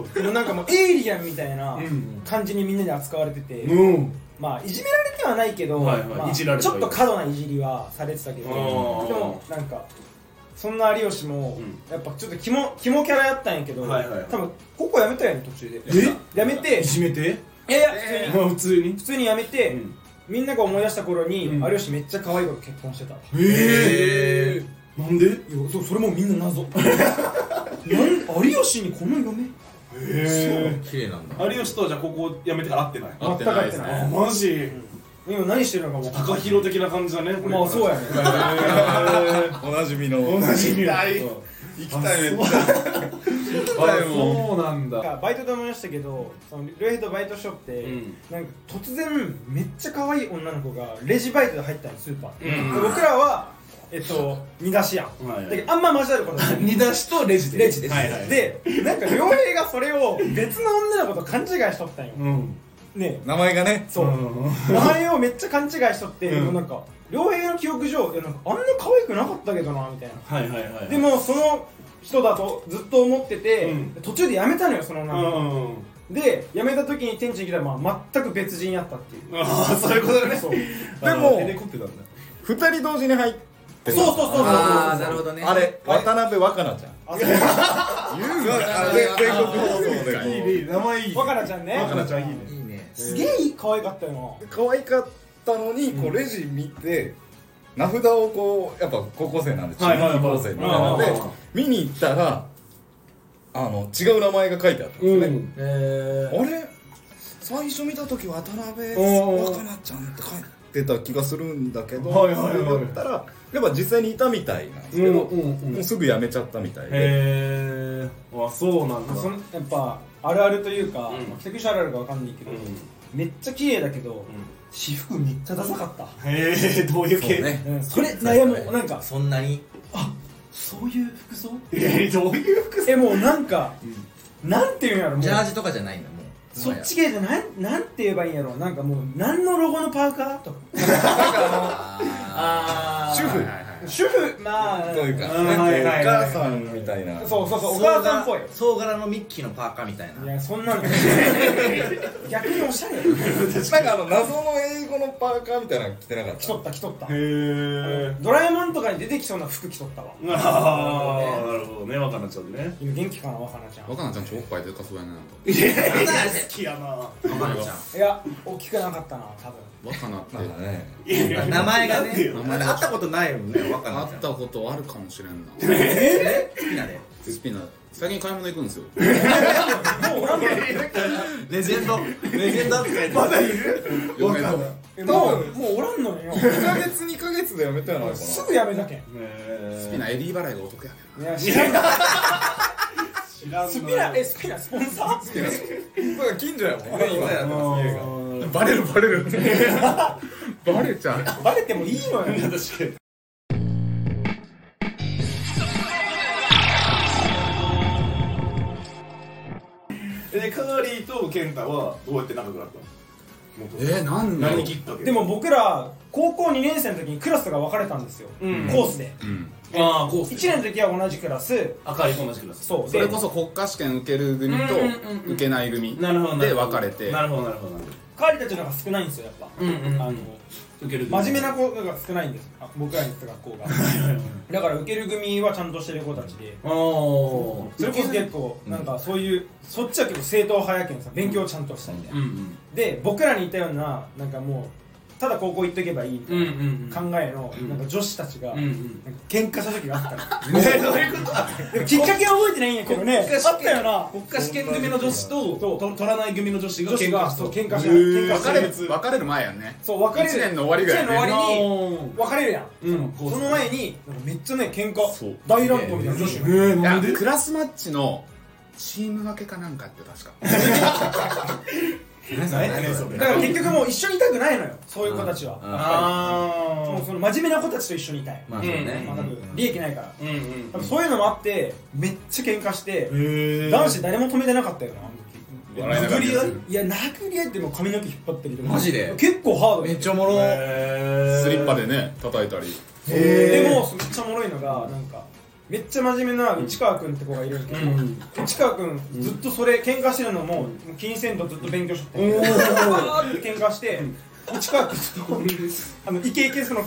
Speaker 3: お
Speaker 2: でもなんかもうエイリアンみたいな
Speaker 3: うん
Speaker 2: 感じにみんなに扱われてて、
Speaker 3: うん
Speaker 2: まあいじめられてはないけど、
Speaker 3: はいはい
Speaker 2: まあ
Speaker 3: いじられて
Speaker 2: ち
Speaker 3: は
Speaker 2: ょ
Speaker 3: い
Speaker 2: っ
Speaker 3: る
Speaker 2: と過度ないじりはされてたけどで
Speaker 3: ー
Speaker 2: もなんかそんな有吉も、
Speaker 3: ん
Speaker 2: やっぱちょっとキモキモキャラやったんやけど、
Speaker 3: はいはい
Speaker 2: 多分高校やめたやん途中で
Speaker 3: え
Speaker 2: やめて
Speaker 3: いじめて
Speaker 2: いやいや普通に、
Speaker 3: まあ普通に
Speaker 2: 普通にやめて、
Speaker 3: うん
Speaker 2: みんなが思い出した頃に、
Speaker 3: うん
Speaker 2: 有吉めっちゃ可愛い子と結婚してたい
Speaker 3: ええなんで
Speaker 2: やそそれもみんな謎なん有吉にこの嫁
Speaker 3: え
Speaker 1: 綺麗なんだ
Speaker 3: 有吉とはじゃあ高校辞めてから会ってない
Speaker 10: 会ってないですね
Speaker 3: あマジ
Speaker 2: 今何してるのかもう
Speaker 3: 高弘的な感じだね
Speaker 2: まあそうやね
Speaker 5: おなじみの
Speaker 3: 同じみたい
Speaker 1: 行きたいね
Speaker 3: あそうなんだ
Speaker 2: なんかバイトで思いましたけどその両ヘッドバイトショーって、
Speaker 3: うん
Speaker 2: なんか突然めっちゃ可愛い女の子がレジバイトで入ったのスーパー、
Speaker 3: うん
Speaker 2: で僕らはえっと見出しやん、
Speaker 3: はいはい
Speaker 2: だけどあんま交わることない
Speaker 3: 煮出しとレジで
Speaker 2: レジです、
Speaker 3: はいはい
Speaker 2: でなんか両平がそれを別の女の子と勘違いしとったんよ、
Speaker 3: うん
Speaker 2: ね
Speaker 5: 名前がね
Speaker 2: そう、名前をめっちゃ勘違いしとって、
Speaker 3: うん
Speaker 2: でもなんか両平の記憶上いやなんかあんな可愛くなかったけどなみたいな
Speaker 3: はいはいはい
Speaker 2: でもその人だとずっと思ってて、
Speaker 3: うん
Speaker 2: 途中でやめたのよその
Speaker 3: う
Speaker 2: 女の子、
Speaker 3: ん
Speaker 2: で辞めた時に天地に来たら、まあ、全く別人やったっていう
Speaker 3: ああそういうことね
Speaker 2: そう
Speaker 5: でも
Speaker 3: エレコってたんだ
Speaker 5: 2人同時に入って
Speaker 2: そうそうそうそう
Speaker 1: ああなるほどね
Speaker 5: あれ渡辺若菜ちゃん
Speaker 2: あそう
Speaker 5: 言うな全全国放送でこう
Speaker 3: いいね名前いい
Speaker 2: 若菜ちゃんね
Speaker 3: 若菜ちゃんいいね
Speaker 1: いいね
Speaker 2: すげえ可愛かったよ
Speaker 5: 可愛かったのにこうレジ見て、名札をこうやっぱ高校生なんで中
Speaker 3: はいはいはい
Speaker 5: 高校生みたいなので、
Speaker 3: うんうんうん
Speaker 5: 見に行ったらあの違う名前が書いてあったんですね、
Speaker 3: ん
Speaker 1: え
Speaker 5: あれ最初見た時渡辺
Speaker 3: うん
Speaker 5: 若菜ちゃんって書いてた気がするんだけど、
Speaker 3: はいはいはい
Speaker 5: それだったらやっぱ実際にいたみたいなんですけど、もうすぐ辞めちゃったみたいで、
Speaker 3: へえあそうなんだ
Speaker 2: なそのやっぱあるあるというか
Speaker 3: うん
Speaker 2: 北口、あるあるかわかんないけど、めっちゃ綺麗だけど、私服めっちゃダサかった、
Speaker 3: へえどういう
Speaker 5: そう
Speaker 3: 系
Speaker 5: ね
Speaker 2: うん、それ悩むなんか
Speaker 1: そんなに
Speaker 2: そういう服装
Speaker 3: えどういう
Speaker 2: えもうなんか、なんていうんやろもう
Speaker 1: ジャージとかじゃないんだもう
Speaker 2: そっち系じゃなんなんて言えばいいんやろうなんかもう何のロゴのパーカー とか
Speaker 9: あ
Speaker 5: 主婦
Speaker 2: 主婦まあ
Speaker 5: というか、
Speaker 2: ん
Speaker 5: なんかお
Speaker 2: はいはいはい
Speaker 5: 母さんみたいな。
Speaker 2: そうそうそうお母さんっぽい
Speaker 6: 総柄のミッキーのパーカーみたい
Speaker 2: い
Speaker 6: な
Speaker 2: やそんなの 逆におしゃれ
Speaker 5: なんかあの謎の英語のパーカーみたいなの着てなかった。
Speaker 2: 着とった着とった
Speaker 3: へ
Speaker 2: ドラえもんとかに出てきそうな服着とったわ
Speaker 3: ああなるほどね若菜ちゃんね
Speaker 2: 今元気かな若菜ちゃん
Speaker 10: 若菜ちゃんちょっぱいでかそうやねなんか
Speaker 3: 好きやな
Speaker 6: マルちゃん
Speaker 2: いや大きくなかったな多分
Speaker 10: 若菜って
Speaker 5: なんかね。
Speaker 6: 名前がね
Speaker 3: なんでよ
Speaker 6: 会ったことないもんね若
Speaker 10: あ
Speaker 6: 菜
Speaker 10: っ
Speaker 6: ちゃん
Speaker 10: たことあるかもしれんな
Speaker 6: え好きなで
Speaker 10: スピナー最近買い物行くんですよ
Speaker 6: レジェンドレジェンド扱いまだいる
Speaker 10: 嫁の
Speaker 2: えもうもうおらんのよ
Speaker 5: 1ヶ月2ヶ月でやめたんやないか
Speaker 2: すぐやめたけん
Speaker 10: スピナーエリー払いがお得やね
Speaker 2: いや知らんな
Speaker 3: 知らん
Speaker 2: スピナえスピナスポンサー
Speaker 5: な。なんか近所やもんね今や
Speaker 3: うん
Speaker 5: バレるバレる。
Speaker 10: バレちゃう
Speaker 2: バレてもいいのよ
Speaker 3: 確かにえカーリーと健太はどうやって仲良くなったの
Speaker 10: えー、なんだろう
Speaker 3: 何きっかけ
Speaker 2: でも僕ら高校2年生の時にクラスが分かれたんですよ、
Speaker 3: うん
Speaker 2: コースで
Speaker 10: うん
Speaker 3: ああこう
Speaker 2: 1年の時は同じクラス
Speaker 3: 赤いと同じクラス
Speaker 2: そう
Speaker 10: それこ
Speaker 2: そ
Speaker 10: そ国家試験受ける組と
Speaker 3: うんうんうん
Speaker 10: 受けない組
Speaker 3: なるほどなる
Speaker 10: で
Speaker 3: ほど
Speaker 10: 分かれて
Speaker 3: なるほどなるほどなるほ
Speaker 2: カーリーたちの方が少ないんですよやっぱ、
Speaker 3: どうんうん
Speaker 2: あの
Speaker 3: 受ける
Speaker 2: 真面目な子が少ないんですあ僕らに行った学校がだから受ける組はちゃんとしてる子たちで
Speaker 3: おお
Speaker 2: それこそ結構なんかそういうそっちは結構正統派やけんさ勉強ちゃんとしたみたいな、
Speaker 3: ん
Speaker 2: で僕らに言ったようななんかもうただ高校行っとけばいいみたいな
Speaker 3: うん
Speaker 2: 考えのなんか女子たちが、
Speaker 3: うんうん
Speaker 2: なんか喧嘩した時があったの
Speaker 3: どういうこと
Speaker 2: でもきっかけは覚えてないんやけどね。あ
Speaker 3: 国家試験
Speaker 2: ったよな。
Speaker 3: 国家試験組の女子と
Speaker 2: そう
Speaker 3: と取らない組の女子が
Speaker 2: 女子
Speaker 3: 喧嘩
Speaker 2: が
Speaker 3: した
Speaker 2: そう
Speaker 3: と
Speaker 2: 喧嘩した。喧嘩
Speaker 10: 別
Speaker 2: した
Speaker 10: れる別れる前やんね
Speaker 2: そう別れる。
Speaker 10: 一年の終わりぐらいね
Speaker 2: 一年の終わりに
Speaker 3: に
Speaker 2: 別れるやん。
Speaker 3: うん
Speaker 2: その前になんかめっちゃね喧
Speaker 10: そう
Speaker 2: 嘩大乱闘みたいな女子が。
Speaker 3: え
Speaker 10: い
Speaker 3: な
Speaker 10: や
Speaker 3: んで
Speaker 10: クラスマッチのチーム分けかなんかって確か
Speaker 3: 何やねんそれ
Speaker 2: だから結局もう一緒にいたくないのよ。そういう子たちは。
Speaker 6: あ
Speaker 2: も
Speaker 3: あ
Speaker 2: うその真面目な子たちと一緒にいたい。
Speaker 6: まあそうね
Speaker 2: まあ多分
Speaker 6: うん
Speaker 2: 利益ないから。
Speaker 3: うんうん
Speaker 2: 多分そういうのもあってめっちゃ喧嘩して
Speaker 3: へ
Speaker 2: 男子誰も止めてなかったよな。あの
Speaker 10: 笑い
Speaker 2: 時
Speaker 10: ながら
Speaker 3: 殴り合い
Speaker 2: いや殴り合ってもう髪の毛引っ張ったりとか。
Speaker 6: マジで
Speaker 2: 結構ハード。
Speaker 6: めっちゃおもろ
Speaker 10: スリッパでね叩いたり
Speaker 2: でもめっちゃおもろいのがなんかめっちゃ真面目な内川君って子がいるんだけど、内川君ずっとそれ喧嘩してるのも金銭とずっと勉強しとってバ ーって喧嘩して内川君とあのイケイケその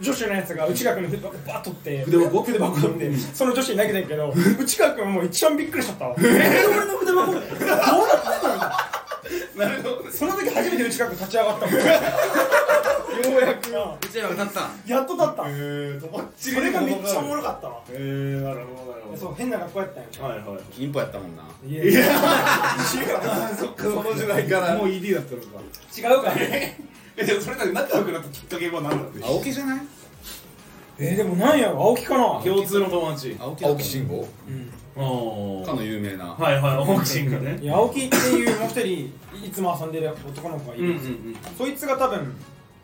Speaker 2: 女子のやつが内川君の筆箱バーッとって筆箱筆箱取ってその女子に投げてんけど内川君はもう一番びっくりしちゃったわえ俺の筆箱どうなってんのその時初めて内川君立ち上がったもんようやく
Speaker 6: うちらが歌った
Speaker 2: やっと立った
Speaker 3: えとばっちり
Speaker 2: それがめっちゃおもろかったわ
Speaker 3: えーなるほどなるほど
Speaker 2: そう変な学校やったんや
Speaker 3: はいはい
Speaker 10: 金庫やったもんない
Speaker 2: やい や
Speaker 3: その時代からもう ED だったのか
Speaker 2: 違うか
Speaker 3: えでもそれなんか仲良くなったきっかけは何なんで
Speaker 10: 青木じゃない
Speaker 2: えーでもなんやろ青木か な
Speaker 3: 共通の友達
Speaker 10: 青木だと
Speaker 5: 青
Speaker 10: 思
Speaker 5: 木信号。
Speaker 10: う
Speaker 3: あ
Speaker 10: かの有名な
Speaker 3: はいはいボクシングね
Speaker 2: いや青木っていうもう一人いつも遊んでる男の子がいる、
Speaker 3: ん
Speaker 2: そいつが多分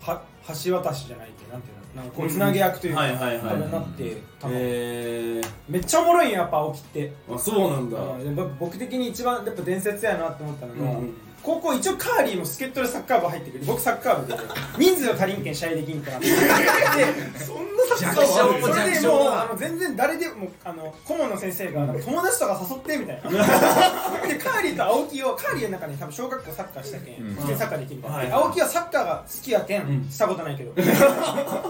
Speaker 2: は橋渡しじゃないってなんていうのなんかこうつなげ役というか、
Speaker 3: はいはいはい
Speaker 2: 多分なって多分、
Speaker 3: え
Speaker 2: めっちゃおもろいんややっぱ青木って、
Speaker 3: あそうなんだ
Speaker 2: うんでも僕的に一番やっぱ伝説やなって思ったのが、
Speaker 3: うんうん
Speaker 2: 高校一応カーリーも助っ人でサッカー部入ってくる僕サッカー部で人数が足りんけん試合できん からで
Speaker 3: そんなサッカ
Speaker 6: 弱小
Speaker 3: ー
Speaker 6: も
Speaker 2: それ
Speaker 6: 弱
Speaker 2: で
Speaker 6: 小
Speaker 2: もう
Speaker 6: も
Speaker 2: あの全然誰でもあの顧問の先生がなんか友達とか誘ってみたい なでカーリーと青木をカーリーの中に多分小学校サッカーしたけん、
Speaker 10: うん
Speaker 2: 試験サッカーできるみたいな、
Speaker 3: はい
Speaker 2: 青木はサッカーが好きやけん、
Speaker 3: うん
Speaker 2: したことないけど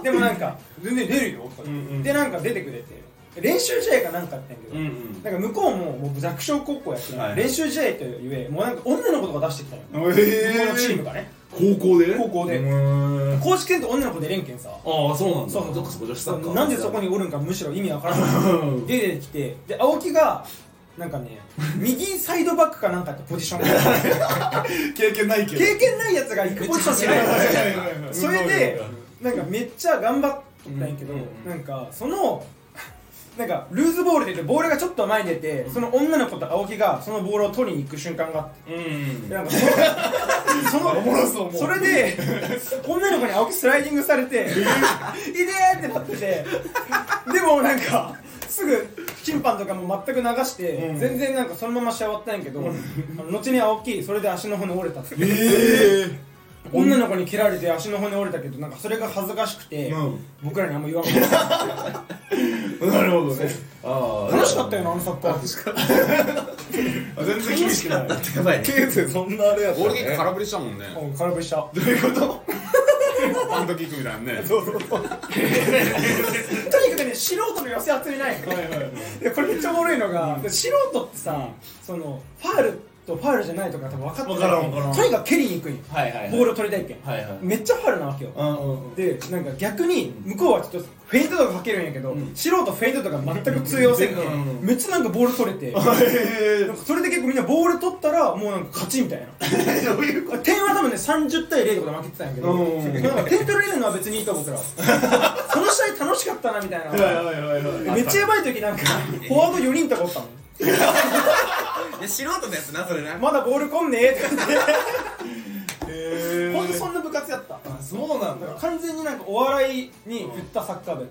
Speaker 2: でもなん か全然出るよとか言って、
Speaker 3: うんうん
Speaker 2: でなんか出てくれて練習試合かなんかあったんやけど、
Speaker 3: うんうん
Speaker 2: なんか向こうももう弱小高校やけん、
Speaker 3: はい
Speaker 2: 練習試合というえもうなんか女の子とか出してきたよ、向こうのチームがね
Speaker 3: 高校で
Speaker 2: 高校で
Speaker 3: ーん
Speaker 2: 公式戦って女の子出れんけんさ
Speaker 3: ああそうなんだ
Speaker 2: そう
Speaker 3: どっかそこ女子サッカー
Speaker 2: なんでそこにおるんかむしろ意味わからない
Speaker 3: うん
Speaker 2: 出てきてで青木がなんかね右サイドバックかなんかってポジションが
Speaker 3: 経験ないけど
Speaker 2: 経験ないやつが 行くポジションしないそれでなんかめっちゃ頑張ったんやけど、
Speaker 3: うんうん
Speaker 2: なんかその なんかルーズボールで言ってボールがちょっと前に出て、その女の子と青木がそのボールを取りに行く瞬間があって
Speaker 3: うん
Speaker 2: なんかその そのそれで女の子に青木スライディング されて「いでー!」ってなっててでもなんかすぐ審判とかも全く流して、
Speaker 3: うん
Speaker 2: 全然なんかそのまま試合終わったんやけど、あの後に青木それで足の骨折れたって女の子に蹴られて足の骨折れたけどなんかそれが恥ずかしくて、僕らにあんま言わなかった
Speaker 3: なるほどねあ
Speaker 2: 楽しかったよなあのサッカー
Speaker 3: あ全然厳しくない
Speaker 6: やばいね
Speaker 5: ケイセそんなあれやった
Speaker 1: ゴールキック
Speaker 5: ね
Speaker 1: 空振りしたもんね
Speaker 2: うん空振りした
Speaker 1: パントキックみたいなね
Speaker 2: とにかくね素人の寄せ集めないでこれめっちゃおもろいのが、素人ってさそのファウルとファウルじゃないとか多分分かってない
Speaker 3: 分からん分からん
Speaker 2: とにかく蹴りに行くんよ
Speaker 11: はいはい
Speaker 2: ボールを取りたいけん、
Speaker 11: はいはい
Speaker 2: めっちゃファウルなわけよ
Speaker 3: うんうんうん
Speaker 2: でなんか逆に向こうはちょっとフェイントとかかけるんやけど、素人フェイントとか全く通用せんけ、
Speaker 3: うんん
Speaker 2: めっちゃなんかボール取れ てなんかそれで結構みんなボール取ったらもうなんか勝ちみたいな 点は多分ね30対0とかで負けてたんやけど、
Speaker 3: うん
Speaker 2: なんか点取られるのは別にいいと思うから この試合楽しかったなみたいな、
Speaker 3: はいはいはいはい
Speaker 2: めっちゃやばい時なんかフォワード4人とかおったもん
Speaker 12: や素人のやつなそれな
Speaker 2: まだボール来んねえって言って
Speaker 3: へ
Speaker 2: ほんとそんな部活やった
Speaker 3: あそうなんだ
Speaker 2: 完全になんかお笑いに振ったサッカー部やっ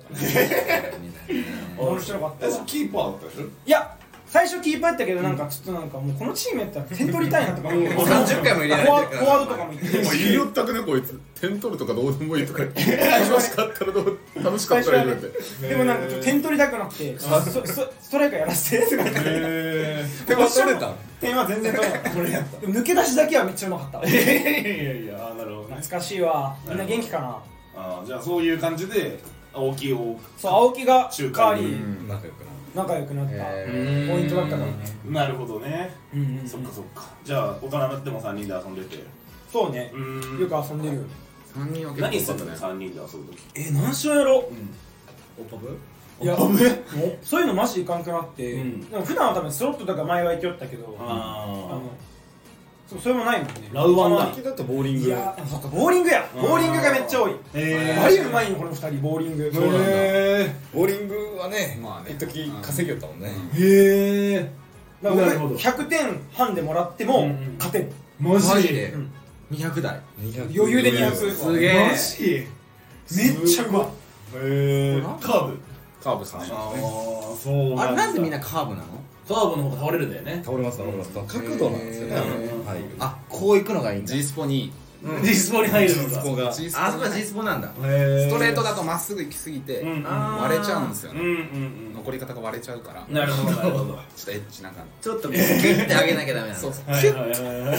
Speaker 2: た面白かったわ
Speaker 12: キーパーだったでしょ
Speaker 2: いや最初キーパーやったけどなんかちょっとなんかもうこのチームやったら点取りたいなとか思って
Speaker 12: 30回も入れられてるから
Speaker 2: フォワードとかも言って
Speaker 1: 言いよったくねこいつ点取るとかどうでもいいとか楽しかったらどう楽しかったらいいよって
Speaker 2: でもなんかちょっと点取りたくなくてちょっとススストライカーやらせてとか言って
Speaker 3: へ
Speaker 12: 手は取れた
Speaker 2: 点は全然取れなかったでも抜け出しだけはめっちゃうまかった
Speaker 3: えいやいやあなるほどね
Speaker 2: 懐かしいわみんな元気かな
Speaker 3: あーじゃあそういう感じで青木を
Speaker 2: そう青木が
Speaker 3: 中
Speaker 2: 代わ
Speaker 3: 華に
Speaker 2: り
Speaker 5: 仲良くな
Speaker 2: 仲良くなった
Speaker 6: え
Speaker 2: ポイントだったからね
Speaker 3: なるほどね
Speaker 2: うんうん
Speaker 3: そっかそっかじゃあ大人になっても3人で遊んでて
Speaker 2: そうね
Speaker 3: うーん
Speaker 2: よく遊んでるよね
Speaker 1: 3人は
Speaker 3: 何す
Speaker 1: 結構
Speaker 3: るの
Speaker 1: ね
Speaker 3: 3人で遊ぶ時
Speaker 2: え何しようやろ
Speaker 3: オッパブ
Speaker 2: いやもうそういうのマジいかんくなって、
Speaker 3: うん
Speaker 2: でも普段は多分スロットとか前は行きよったけどあ
Speaker 3: あ
Speaker 2: のそうそれもないもんね
Speaker 3: ラウワン
Speaker 2: あ
Speaker 3: だ
Speaker 2: の
Speaker 5: だとボーリン
Speaker 2: い
Speaker 5: グ
Speaker 2: やそうかボーリングやボーリングがめっちゃ多い
Speaker 3: え
Speaker 2: バリうまいよこの二人ボーリングそうなんだ
Speaker 5: ボーリングはね
Speaker 1: まあね
Speaker 5: 一時稼ぎよったもんね
Speaker 3: へえ
Speaker 2: から僕
Speaker 3: なるほど
Speaker 2: 100点半でもらっても
Speaker 3: うん
Speaker 2: 勝てる、
Speaker 3: マ
Speaker 6: マジ
Speaker 3: ジ
Speaker 6: で
Speaker 2: うん
Speaker 6: 200台
Speaker 5: 200
Speaker 2: 余裕で200
Speaker 6: すげえ
Speaker 3: マジへ
Speaker 2: めっちゃうまい
Speaker 3: えカーブ
Speaker 1: カーブさん
Speaker 3: ああそう
Speaker 6: あれなんでみん
Speaker 3: な
Speaker 6: なカーブなの
Speaker 11: カーブの方が倒れるんだよね
Speaker 5: 倒れます倒れます角度なんですよね
Speaker 3: うん
Speaker 5: はい
Speaker 6: あこう行くのがいいんだ
Speaker 1: G スポに
Speaker 3: ディスポに入るの
Speaker 5: そ
Speaker 3: が
Speaker 5: こが
Speaker 1: あそ
Speaker 6: あそこは G スポなんだ
Speaker 3: ス
Speaker 1: ストレートだとまっすぐ行きすぎて
Speaker 3: うん
Speaker 6: あ
Speaker 1: 割れちゃうんですよ
Speaker 3: うん
Speaker 1: ね
Speaker 3: うん
Speaker 1: 残り方が割れちゃうから
Speaker 3: うんなるほどなるほど
Speaker 1: ちょっとエッチなんか
Speaker 6: ちょっとキュッて上げなきゃダメなの
Speaker 3: はいはいはいは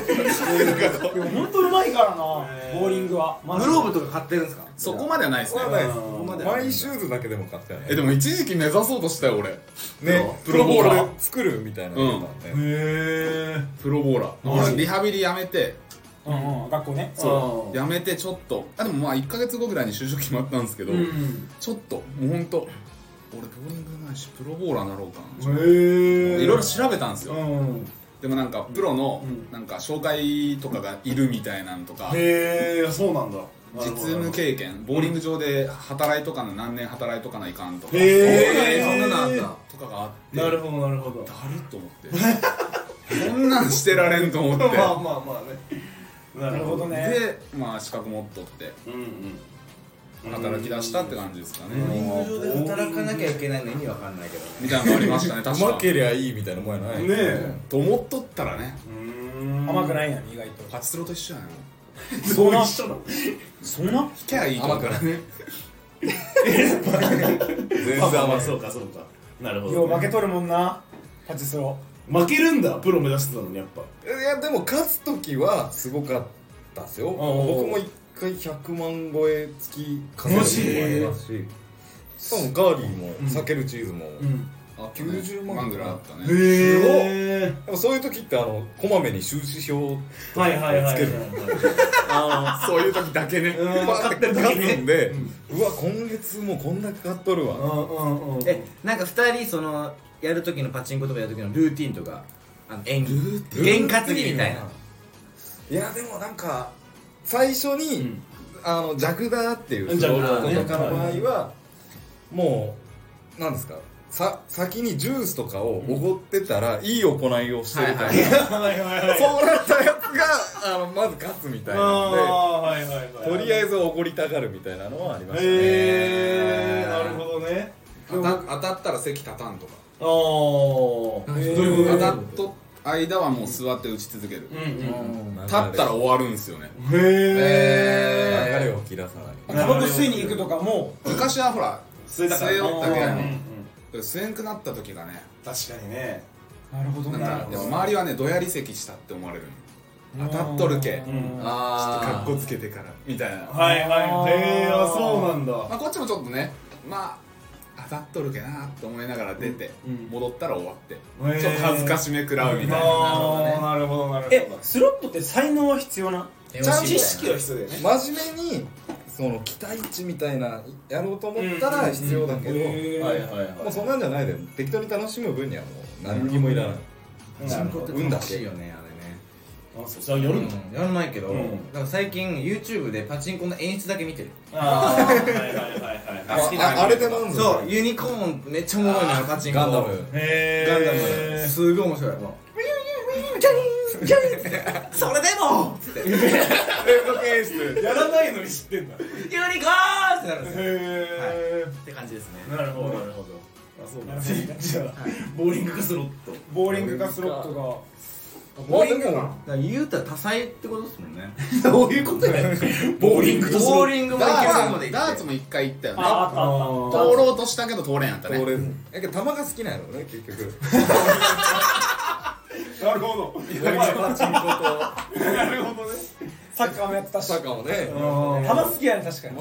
Speaker 3: い
Speaker 2: いや本当うまいからな
Speaker 3: へー
Speaker 2: ボーリングはマジ
Speaker 6: グ
Speaker 2: で
Speaker 6: ローブとか買ってるんですか
Speaker 1: そこまではないですね
Speaker 5: ここはないです
Speaker 3: うん
Speaker 5: ここまではないマイシューズだけでも買ったよね
Speaker 1: えでも一時期目指そうとしたよ俺
Speaker 5: ね
Speaker 1: プ
Speaker 5: プ
Speaker 1: ロ
Speaker 5: ロ
Speaker 1: ボ
Speaker 5: ボ
Speaker 1: ー
Speaker 5: ー
Speaker 1: ラー
Speaker 5: ル作るみたいなのがあったよね
Speaker 3: へ
Speaker 1: プロボーラ
Speaker 3: マ
Speaker 1: ー
Speaker 3: ジ
Speaker 1: リハビリやめて
Speaker 2: うんうん、学校ね
Speaker 3: そ
Speaker 1: やめてちょっとあでもまあ1か月後ぐらいに就職決まったんですけど、
Speaker 3: うん
Speaker 1: ちょっともうほんと俺ボーリングうまいしプロボーラーなろうかな
Speaker 3: へ
Speaker 1: いろいろ調べたんですよ、
Speaker 3: うん
Speaker 1: でもなんかプロの
Speaker 3: うん
Speaker 1: なんか紹介とかがいるみたいなんとか、
Speaker 3: へえそうなんだ
Speaker 1: 実務経験ボーリング場で働いとかの何年働いとかないかんとか、
Speaker 3: へえ
Speaker 6: そんなのあった
Speaker 1: とかがあって
Speaker 3: なるほどなるほ ど
Speaker 1: だるっと思ってこんなんして られんと思っ
Speaker 3: まあ
Speaker 1: て
Speaker 3: まあまあねな
Speaker 2: なるほどね
Speaker 1: でまあ資格持っとって
Speaker 3: うんうん
Speaker 1: 働き出したって感じですかね、
Speaker 6: ボーリング場で働かなきゃいけないの意味わかんないけど
Speaker 1: みたいなのありましたね確
Speaker 5: うま
Speaker 1: か
Speaker 5: けりゃいいみたいなもんやない
Speaker 3: ねえ
Speaker 1: と思っとったらね
Speaker 3: うん
Speaker 2: 甘く
Speaker 3: い
Speaker 2: ないやん意外と
Speaker 1: パチスロと一緒やな
Speaker 3: そう一緒なの
Speaker 2: そんな
Speaker 1: 聞きゃいいと思うからね
Speaker 3: まあまあま
Speaker 5: 全然甘
Speaker 3: あ
Speaker 5: そ
Speaker 3: そうかそうかなるほ
Speaker 2: よ
Speaker 3: ど
Speaker 2: う負けとるもんなパチスロ
Speaker 3: 負けるんだプロ目指してたのにやっぱ
Speaker 5: ういやでも勝つ時はすごかったですよ僕
Speaker 3: おう
Speaker 5: も一回100万超え付き稼いだこともありますししかもガーリーも
Speaker 3: ん
Speaker 5: 避けるチーズも
Speaker 3: ん
Speaker 1: あとね
Speaker 5: 90万
Speaker 1: ぐらいあったね
Speaker 3: へえ
Speaker 5: でもそういう時ってあのこまめに収支表
Speaker 3: はいはいはいは
Speaker 5: つけ
Speaker 3: い
Speaker 5: る
Speaker 1: そういう時だけね
Speaker 3: うん
Speaker 5: バー
Speaker 3: 勝
Speaker 5: っ
Speaker 3: って
Speaker 5: て
Speaker 3: る
Speaker 5: 勝
Speaker 3: 時ね
Speaker 5: つんでうわ今月もうこんだけ買っとる
Speaker 3: う
Speaker 5: わ
Speaker 3: んうんうん
Speaker 6: えなんか2人そのやる時のパチンコとかやる時のルーティンとかあの演技験担ぎみたいない
Speaker 5: やでもなんか最初に、
Speaker 3: うん
Speaker 5: あのジャグダーっていう
Speaker 3: うんジャグダーね
Speaker 5: とかの場合はもうなんですかさ先にジュースとかをおごってたら、いい行いをしてるから、
Speaker 3: はいはいはい
Speaker 5: そうなったやつがあのまず勝つみたいな
Speaker 3: あーはいはいはい
Speaker 5: んでとりあ
Speaker 3: ず
Speaker 5: えずおごりたがるみたいなのはありましたね、
Speaker 3: へえなるほどね
Speaker 1: 当た当たったら席立たんとか
Speaker 3: ああどういうこ
Speaker 1: 当
Speaker 3: と
Speaker 1: たっと間はもう座って打ち続ける、立ったら終わるんですよね
Speaker 3: へえ
Speaker 5: 流れを切らさない
Speaker 2: タバコ吸いに行くとかも
Speaker 1: 昔はほら
Speaker 3: 吸えたから
Speaker 1: 据えよったけ
Speaker 2: うん
Speaker 1: ん吸えんくなった時がね
Speaker 3: 確かにね
Speaker 2: なるほど
Speaker 1: なん
Speaker 2: ね
Speaker 1: かでも周りはねどやり席したって思われる当たっとるけ
Speaker 2: うん
Speaker 1: か
Speaker 5: あ
Speaker 1: っこつけてからみたいな、
Speaker 3: はい
Speaker 2: あ
Speaker 3: はい
Speaker 2: ー
Speaker 3: へえあそうなんだ
Speaker 1: まあ、こっちもちょっとねまあ当たっとるけなと思いながら出て、
Speaker 3: うん
Speaker 1: 戻ったら終わって、
Speaker 3: ー
Speaker 1: ちょっと恥ずかしめ食らうみたいな、
Speaker 3: ああなるほどなるほど
Speaker 2: えスロットって才能は必要な
Speaker 3: ちゃんと知識は必要だよね
Speaker 5: 真面目にその期待値みたいなやろうと思ったら必要だけど、
Speaker 3: はいはいはい
Speaker 5: もうそんなんじゃないで適当に楽しむ分にはもう何にもいらない、
Speaker 6: 人工って楽しいよねあれね
Speaker 3: あそしたら夜の
Speaker 6: うんやらないけど、
Speaker 3: うん
Speaker 6: だから最近 YouTube でパチンコの演出だけ見てる
Speaker 3: ああはいはい はいはい
Speaker 5: あああれで満足
Speaker 6: そうユニコーンめっちゃおもろいのよパチンコ
Speaker 5: ガンダム
Speaker 3: へ
Speaker 6: ガンダ
Speaker 3: え
Speaker 6: ムすごい面白いもうキャリンキャリンってそれでも
Speaker 3: やらないのに知ってんだへ
Speaker 6: ユニコーンってなるんですよ
Speaker 3: え
Speaker 6: って感じですね
Speaker 3: なるほどなるほどあそうだねじゃあボーリングかスロッ ト
Speaker 2: ボーリングかスロット
Speaker 5: まあでも
Speaker 6: だから言うたら多彩ってことですもんね
Speaker 3: どういうことやボーリングとスロ
Speaker 6: ボー
Speaker 3: ッ
Speaker 6: リングもい
Speaker 1: ダ
Speaker 6: ける
Speaker 1: ー
Speaker 6: ま
Speaker 1: ツ
Speaker 6: でいって
Speaker 1: ダーツも一回行ったよ
Speaker 2: が
Speaker 1: ね
Speaker 2: ああったあった
Speaker 1: 通ろうとしたけど通れんやったね
Speaker 5: 俺やけど玉が好きなんやろね結局
Speaker 3: トなるほど
Speaker 5: パチンコ
Speaker 3: なるほどね
Speaker 2: サッカーもやってたし
Speaker 5: とかもね
Speaker 2: 玉好きやね確かに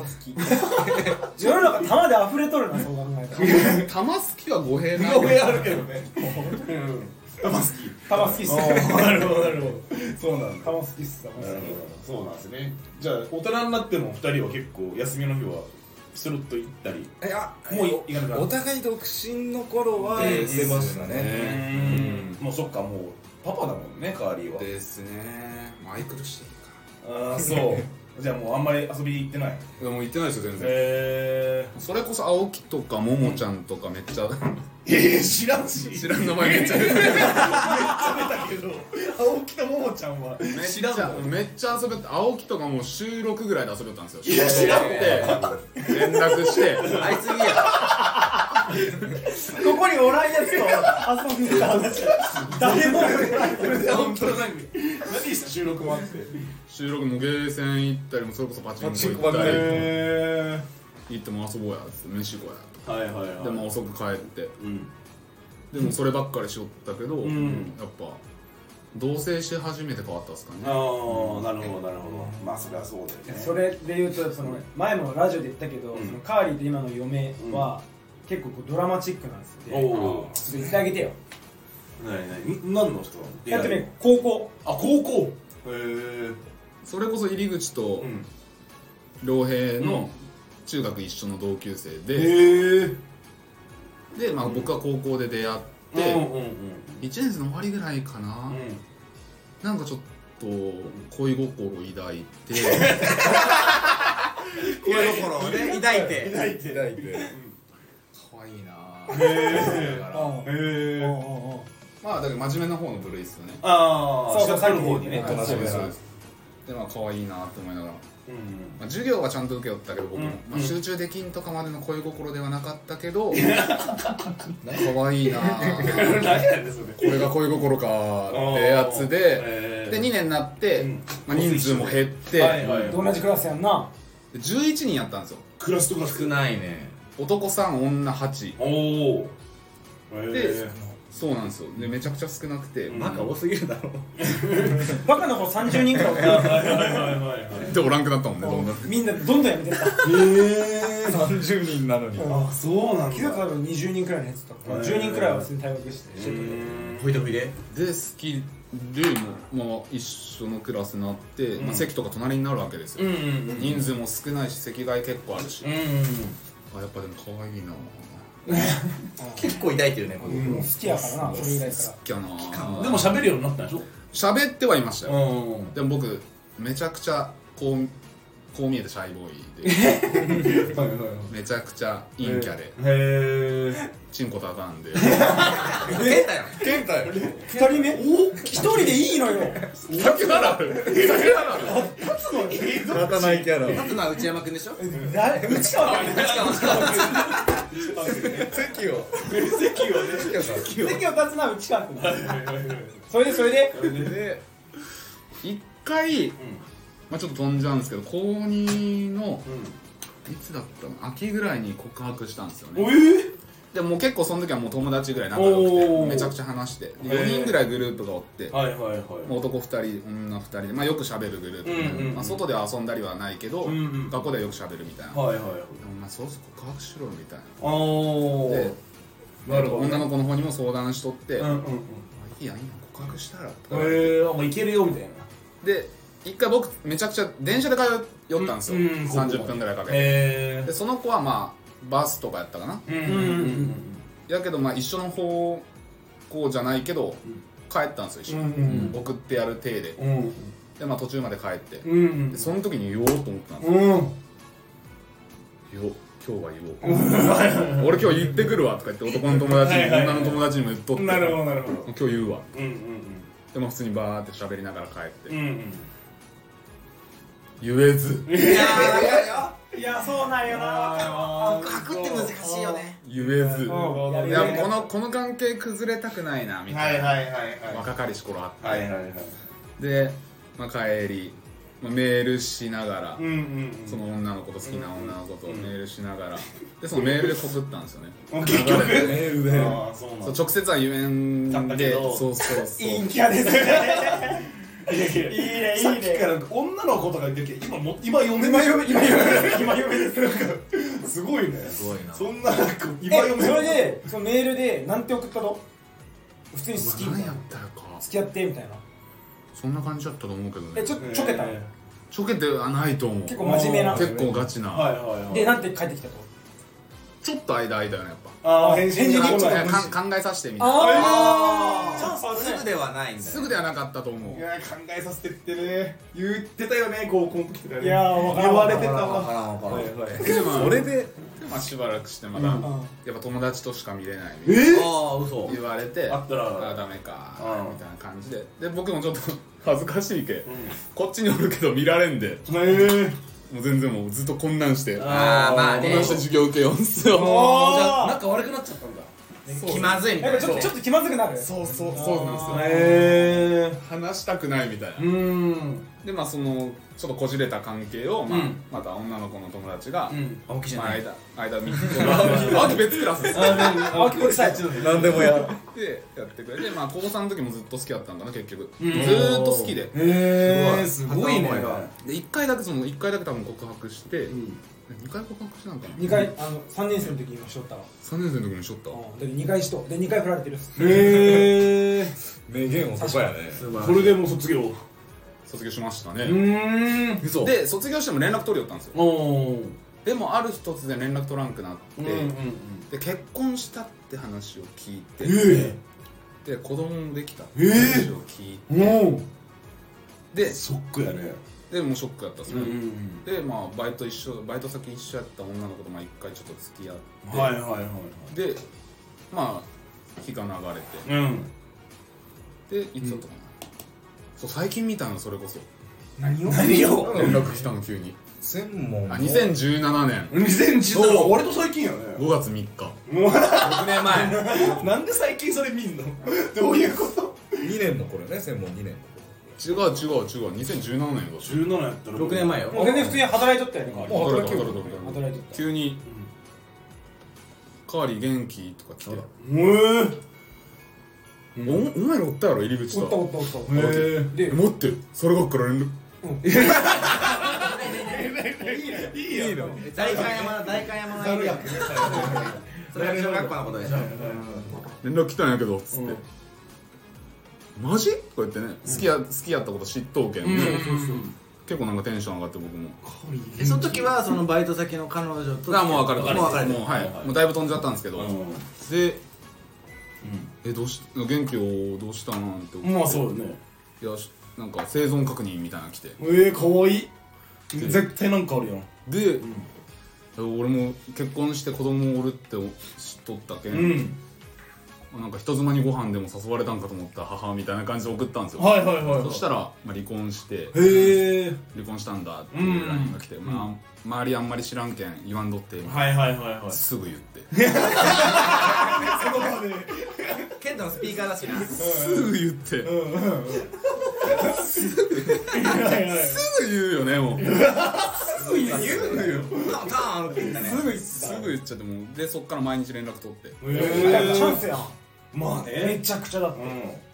Speaker 2: 世の中玉で溢れとるなそう考えたら
Speaker 1: 玉好きは語弊な
Speaker 3: 語弊あるけどね玉好き
Speaker 2: 玉好きっすね
Speaker 3: なるほどなるほどそうなんだ
Speaker 2: 玉好きっす玉好き
Speaker 3: なるほどそうなんですねじゃあ大人になっても二人は結構休みの日はスロット行ったり
Speaker 5: いや
Speaker 3: もう行かなくな
Speaker 5: お
Speaker 3: った
Speaker 5: 互い独身の頃はしてましたね
Speaker 3: うんもうそっかもうパパだもんねカーリーは
Speaker 1: ですねマイクルしてる
Speaker 3: ああそうじゃあもうあんまり遊びに行ってないへ
Speaker 1: かもう行ってないですよ全
Speaker 3: え
Speaker 1: それこそ青木とかももちゃんとかめっちゃ
Speaker 3: え 知らんし
Speaker 1: 知らん名前めっちゃめっ
Speaker 3: だけど青木とももちゃんは知
Speaker 1: ち
Speaker 3: らん
Speaker 1: ゃ
Speaker 3: もん
Speaker 1: めっちゃ遊べた青木とかもう収録ぐらいで遊べたんですよ
Speaker 3: いや知らんもん
Speaker 1: 連絡して
Speaker 6: あいついいや
Speaker 2: ここにおらんやつと遊んでた話誰も
Speaker 3: 本当なんか何した収録もあって
Speaker 1: 収録もゲーセン行ったりもそれこそパチン
Speaker 5: パチン
Speaker 1: コ
Speaker 5: コ
Speaker 1: 行
Speaker 5: ば
Speaker 1: っ
Speaker 5: ったか
Speaker 1: り
Speaker 5: り
Speaker 3: へ
Speaker 1: 行っても遊ぼうやっつって飯行こう
Speaker 3: えはいはいは
Speaker 1: や
Speaker 3: い
Speaker 1: でも遅く帰って
Speaker 3: うん
Speaker 1: でもそればっかりしよったけど、や
Speaker 3: ん
Speaker 1: っぱ同棲し始めて変わったっすか
Speaker 3: ああ
Speaker 1: ね
Speaker 3: なるほどなるほどまあそれはそうだよね
Speaker 2: それで言うとその前もラジオで言ったけど、
Speaker 3: うん
Speaker 2: そのカーリーと今の嫁は、結構こうドラマチックなんですよ、
Speaker 3: お
Speaker 2: ね、ちょ
Speaker 3: お
Speaker 2: っと言ってあげてよ
Speaker 3: なになにん何の人
Speaker 2: だってね高校
Speaker 3: あ高校へえ
Speaker 1: それこそ入り口と
Speaker 3: うん
Speaker 1: 良平
Speaker 3: う
Speaker 1: の中学一緒の同級生で、
Speaker 3: へえ
Speaker 1: で、まあ、僕は高校で出会っ
Speaker 3: で
Speaker 1: て、
Speaker 3: んうん
Speaker 1: 1年生の終わりぐらいかな、なんかちょっと恋心抱いて
Speaker 6: 心をね抱いて
Speaker 3: 抱いて
Speaker 5: 開いて
Speaker 1: 可愛いな
Speaker 3: へ
Speaker 1: ぁ
Speaker 3: えへえ
Speaker 1: まあだけど真面目な方の部類っすよね
Speaker 3: ああ
Speaker 2: そうそう
Speaker 3: 資格取る方にね
Speaker 2: さっき
Speaker 1: あそう
Speaker 2: 言って
Speaker 1: で
Speaker 2: た
Speaker 1: すそうですでまあ可愛いなって思いながら、ま
Speaker 3: うん
Speaker 1: あ、授業はちゃんと受けよったけど僕も、
Speaker 3: うん
Speaker 1: まあ、集中できんとかまでの恋心ではなかったけ ど可愛いなぁ
Speaker 3: 何やねんそれ
Speaker 1: これが恋心かーってやつで
Speaker 3: へー
Speaker 1: で2年になって、
Speaker 3: うん
Speaker 1: まあ、人数も減って、
Speaker 3: はいはい
Speaker 2: 同じクラスやんな
Speaker 1: で11人やったんですよ
Speaker 3: クラスとか少
Speaker 6: 少ないね
Speaker 1: 男3女8
Speaker 3: おお
Speaker 1: でそうなんですよでめちゃくちゃ少なくて、
Speaker 3: うん
Speaker 6: バカ多すぎるだろ
Speaker 2: バカの方30人くらいおっ
Speaker 3: はい
Speaker 2: た
Speaker 3: はいはいはいはい
Speaker 1: でおらんくなったもんねどんどん
Speaker 2: みんなどんどんやめてった
Speaker 3: へえ
Speaker 5: 30人なのに
Speaker 3: あそうなんだ
Speaker 2: 気がつかぶ20人くらいのやつとか
Speaker 3: へー
Speaker 2: 10人くらいは普通に退学してしてて
Speaker 6: ほいでほいで
Speaker 1: で好きでも、まあ、一緒のクラスになって、まあ、席とか隣になるわけですよ、人数も少ないし席替え結構あるし、あやっぱでも可愛いな
Speaker 6: 結構抱いてるねこの
Speaker 2: 好きやからなそれぐらいから
Speaker 1: きゃなぁ
Speaker 3: でも喋るようになったでしょ
Speaker 1: 喋ってはいましたよ、
Speaker 3: ん
Speaker 1: でも僕めちゃくちゃこうこう見えてシャイボ ーイで
Speaker 3: はいはいはい
Speaker 1: めちゃくちゃ陰キャで、
Speaker 3: へえ
Speaker 1: チンコたたんで
Speaker 6: 出たよ
Speaker 5: 健太よ
Speaker 2: 2人目お1人でいいのよ
Speaker 1: だけならある
Speaker 2: 立つのに
Speaker 5: 働かないキャラ
Speaker 6: あとまあ内山くんでしょ
Speaker 2: 誰内川君
Speaker 5: 席を席をね
Speaker 2: 席を立つのは内川君それでそれで
Speaker 1: で一回、まあ、ちょっと飛んじゃうんですけど高2の、いつだったの秋ぐらいに告白したんですよねでもう結構その時はもう友達ぐらい仲良く
Speaker 3: お
Speaker 1: て
Speaker 3: ー
Speaker 1: めちゃくちゃ話して4人ぐらいグループがおって、
Speaker 3: はいはいはい
Speaker 1: もう男2人女2人で、まあ、よく喋るグループみたいな、
Speaker 3: うんうんうん
Speaker 1: まあ、外では遊んだりはないけど、
Speaker 3: うんうん
Speaker 1: 学校ではよく喋るみたいな、
Speaker 3: はいは
Speaker 1: で
Speaker 3: い
Speaker 1: もまあそろそろ告白しろよみたい
Speaker 3: あー
Speaker 1: なで
Speaker 3: なるほど
Speaker 1: 女の子の方にも相談しとって「
Speaker 3: うんうんうん
Speaker 1: いいや今告白したら」とか言われて
Speaker 3: えー、あもういけるよみたいな
Speaker 1: で一回僕めちゃくちゃ電車で通寄ったんですよ、
Speaker 3: うんうん
Speaker 1: 30分ぐらいかけて、
Speaker 3: え
Speaker 1: でその子はまあバスとかやったかな
Speaker 3: ー、うんうんうん
Speaker 1: やけどまあ一緒の方向じゃないけど帰ったんですよ一緒に、
Speaker 3: ん
Speaker 1: 送ってやる体で
Speaker 3: うんうん
Speaker 1: でまあ途中まで帰って、
Speaker 3: うんうん
Speaker 1: でその時に言おうと思ったんですよ
Speaker 3: うん
Speaker 1: 言おう今日は 言おう俺今日言ってくるわとか言って男の友達に
Speaker 3: はいはい
Speaker 1: 女の友達にも言っとって
Speaker 3: なるほどなるほど
Speaker 1: 今日言うわ
Speaker 3: うんうん
Speaker 1: でまあ普通にバーって喋りながら帰って、
Speaker 3: うんうん
Speaker 1: 言え ず
Speaker 2: いやそうなんよな
Speaker 3: あ
Speaker 6: 書くって難しいよね
Speaker 1: 言えず、
Speaker 2: うん
Speaker 1: いやこのこの関係崩れたくないなみたいな、
Speaker 3: はいはい
Speaker 1: 若かりし頃あって、
Speaker 3: はいはいはい
Speaker 1: で、まあ、帰り、まあ、メールしながら、
Speaker 3: うんうんうん
Speaker 1: その女の子と好きな女の子とメ
Speaker 3: うん
Speaker 1: ールしながら、でそのメールでこすったんですよね
Speaker 3: 結局
Speaker 1: 流れで
Speaker 3: ああそうなんだ
Speaker 1: そう直接は言えん
Speaker 3: だったけ
Speaker 1: で
Speaker 3: ど
Speaker 1: そうそうそう
Speaker 2: 陰キャですね いいねいい
Speaker 3: さっきか
Speaker 2: ね
Speaker 3: ら女の子とか言ってるけど今も今読め
Speaker 2: 今読め今読め今読めです
Speaker 3: すごいね
Speaker 6: すごいな
Speaker 3: そんななんか今読
Speaker 2: え
Speaker 3: め
Speaker 2: それでそのメールでなんて送ったの普通に好き
Speaker 1: うわ
Speaker 2: み
Speaker 1: 何
Speaker 2: た
Speaker 1: や
Speaker 2: い
Speaker 1: っ
Speaker 2: な
Speaker 1: たか
Speaker 2: 付き合ってみたいな
Speaker 1: そんな感じだったと思うけど
Speaker 2: え
Speaker 1: ね
Speaker 2: ちょっとちょけたの
Speaker 3: え
Speaker 1: ちょけてはないと思う
Speaker 2: 結構真面目な
Speaker 1: 結構ガチな、
Speaker 3: ーはいはいはい
Speaker 2: でなんて返ってきたと
Speaker 1: ちょっと間間よねやっぱ
Speaker 3: ああ返
Speaker 2: 返
Speaker 3: 信
Speaker 2: 事
Speaker 3: が
Speaker 2: に
Speaker 1: ちょっ
Speaker 3: 来
Speaker 1: と
Speaker 3: ない
Speaker 1: ねか考えさせてみた
Speaker 2: あ
Speaker 3: ー
Speaker 2: チャンスあ
Speaker 6: す
Speaker 2: る
Speaker 6: ぐ
Speaker 2: ね
Speaker 6: ではないんだ
Speaker 1: すぐではなかったと思
Speaker 3: いうやー考えさせてってね言ってたよね高校の時とかね
Speaker 2: いやーわからん
Speaker 3: 言われてた
Speaker 6: わ
Speaker 3: わ
Speaker 6: からんわからん
Speaker 3: は
Speaker 6: わ
Speaker 3: いはい
Speaker 1: でまあ
Speaker 5: それで
Speaker 1: でまあしばらくしてまた、
Speaker 3: うん
Speaker 1: やっぱ友達としか見れないみたいな
Speaker 6: からんああ嘘
Speaker 1: 言われて
Speaker 3: あったら
Speaker 1: あダメか
Speaker 3: うん
Speaker 1: みたいな感じでで僕もちょっと恥ずかしいけ、こっちにおるけど見られんで
Speaker 3: え
Speaker 1: もう全然もうずっと混乱して混
Speaker 6: ああまあね
Speaker 1: 乱して授業受けようんすよ
Speaker 2: おー
Speaker 9: あ仲悪くなっちゃったんだ
Speaker 6: 気まずいみ
Speaker 2: や
Speaker 6: た
Speaker 2: っ
Speaker 6: い
Speaker 2: ぱちょ
Speaker 6: な
Speaker 2: っとちょっと気まずくなる
Speaker 1: そうそうそうなんですよ
Speaker 3: え
Speaker 1: 話したくないみたいな、
Speaker 3: うーん
Speaker 1: でまあそのちょっとこじれた関係を、まあ
Speaker 3: うん
Speaker 1: また女の子の友達が、
Speaker 3: ん
Speaker 6: 青木じゃ
Speaker 1: まあ、
Speaker 6: ない
Speaker 1: 間間見つけ たあ別クラスです
Speaker 2: 青木これさえ
Speaker 5: 何でもやる
Speaker 1: でやってくれてまあ高3の時もずっと好きだったんかな結局、
Speaker 3: ん
Speaker 1: ずーっと好きで
Speaker 3: えーすごいね
Speaker 6: 片思いが
Speaker 1: で1回だけその1回だけ多分告白して、
Speaker 3: ん
Speaker 1: 2回告白したのかな
Speaker 2: 2回あの3年生の時に今しとったわ
Speaker 1: 3年生の時にしょった
Speaker 2: うんで2回しとで2回振られてるっす
Speaker 3: ええ
Speaker 5: 名言もそこやね
Speaker 3: これでもう卒業
Speaker 1: 卒業しました
Speaker 3: う
Speaker 1: ね
Speaker 3: ーん
Speaker 5: 嘘
Speaker 1: で卒業しても連絡取りよったんですよ
Speaker 3: おお
Speaker 1: でもある日突然連絡取らんくなって、
Speaker 3: うんうんうん
Speaker 1: で結婚したって話を聞いて、
Speaker 3: え
Speaker 1: で子供もできたって
Speaker 3: え
Speaker 1: 話を聞いて、
Speaker 3: もう
Speaker 1: で
Speaker 3: ショックやね
Speaker 1: でもうショックやったんです
Speaker 3: う
Speaker 1: ね、
Speaker 3: ん
Speaker 1: でまあバイト一緒バイト先一緒やった女の子とまあ一回ちょっと付き合っ
Speaker 3: はいはいはいはい
Speaker 1: てでまあ日が流れ
Speaker 3: うん
Speaker 1: てでいつだったかな、そう最近見たのそれこそ
Speaker 2: 何を
Speaker 3: 何を
Speaker 1: 連絡 来たの急に
Speaker 5: 専門
Speaker 1: あ2017年
Speaker 3: 2017
Speaker 1: そう
Speaker 3: 割と最近やね
Speaker 1: 5月3日
Speaker 6: 6年前
Speaker 3: なんで最近それ見んのどういうこと
Speaker 5: 2年の頃ね専門2年の
Speaker 1: 違う違う違う2017年だし
Speaker 3: 17やったら
Speaker 6: 6年前よ
Speaker 2: もう全然普通に働いとったよね
Speaker 1: もう働ける
Speaker 2: 働いとった
Speaker 1: 急に「カーリー元気?」とか来て
Speaker 3: 前へ
Speaker 1: 「おお前らおったやろ入り口
Speaker 2: おった
Speaker 1: と
Speaker 2: おったおった
Speaker 3: えへえ
Speaker 2: で
Speaker 1: 待ってそれがから連絡
Speaker 5: いいの
Speaker 6: 代官山の代官山の家それが小学校のことでしょ
Speaker 1: 連絡来たんやけど」っつって「マジ?」とか言ってね好きや好きやったこと知っとうけんね結構なんかテンション上がって僕も
Speaker 6: えその時はそのバイト先の彼女と
Speaker 1: あもう別れ
Speaker 6: もう別れて
Speaker 1: もうはいもうだいぶ飛んじゃったんですけどでえどうし元気をどうしたなんて
Speaker 3: まあそうだね
Speaker 1: いやしなんか生存確認みたいなの来て
Speaker 3: ええかわいい絶対なんかあるやん
Speaker 1: で、俺も結婚して子供おるって知っとったけん、
Speaker 3: うん
Speaker 1: なんか人妻にご飯でも誘われたんかと思った母みたいな感じで送ったんですよ、
Speaker 3: はいはいはい
Speaker 1: そしたら、まあ、離婚して
Speaker 3: へえ
Speaker 1: 離婚したんだっていう LINE が来て、まあ、周りあんまり知らんけん言わんどって、
Speaker 3: はいはいはいはい
Speaker 1: すぐ言って
Speaker 6: ケントのスピーカーだしな
Speaker 1: すぐ言って、すぐ言うよねもう
Speaker 6: タンタンって言ったね
Speaker 1: すぐ言っちゃってもうでそっから毎日連絡取って
Speaker 2: やっぱチャンスやん
Speaker 3: まあね
Speaker 2: めちゃくちゃだって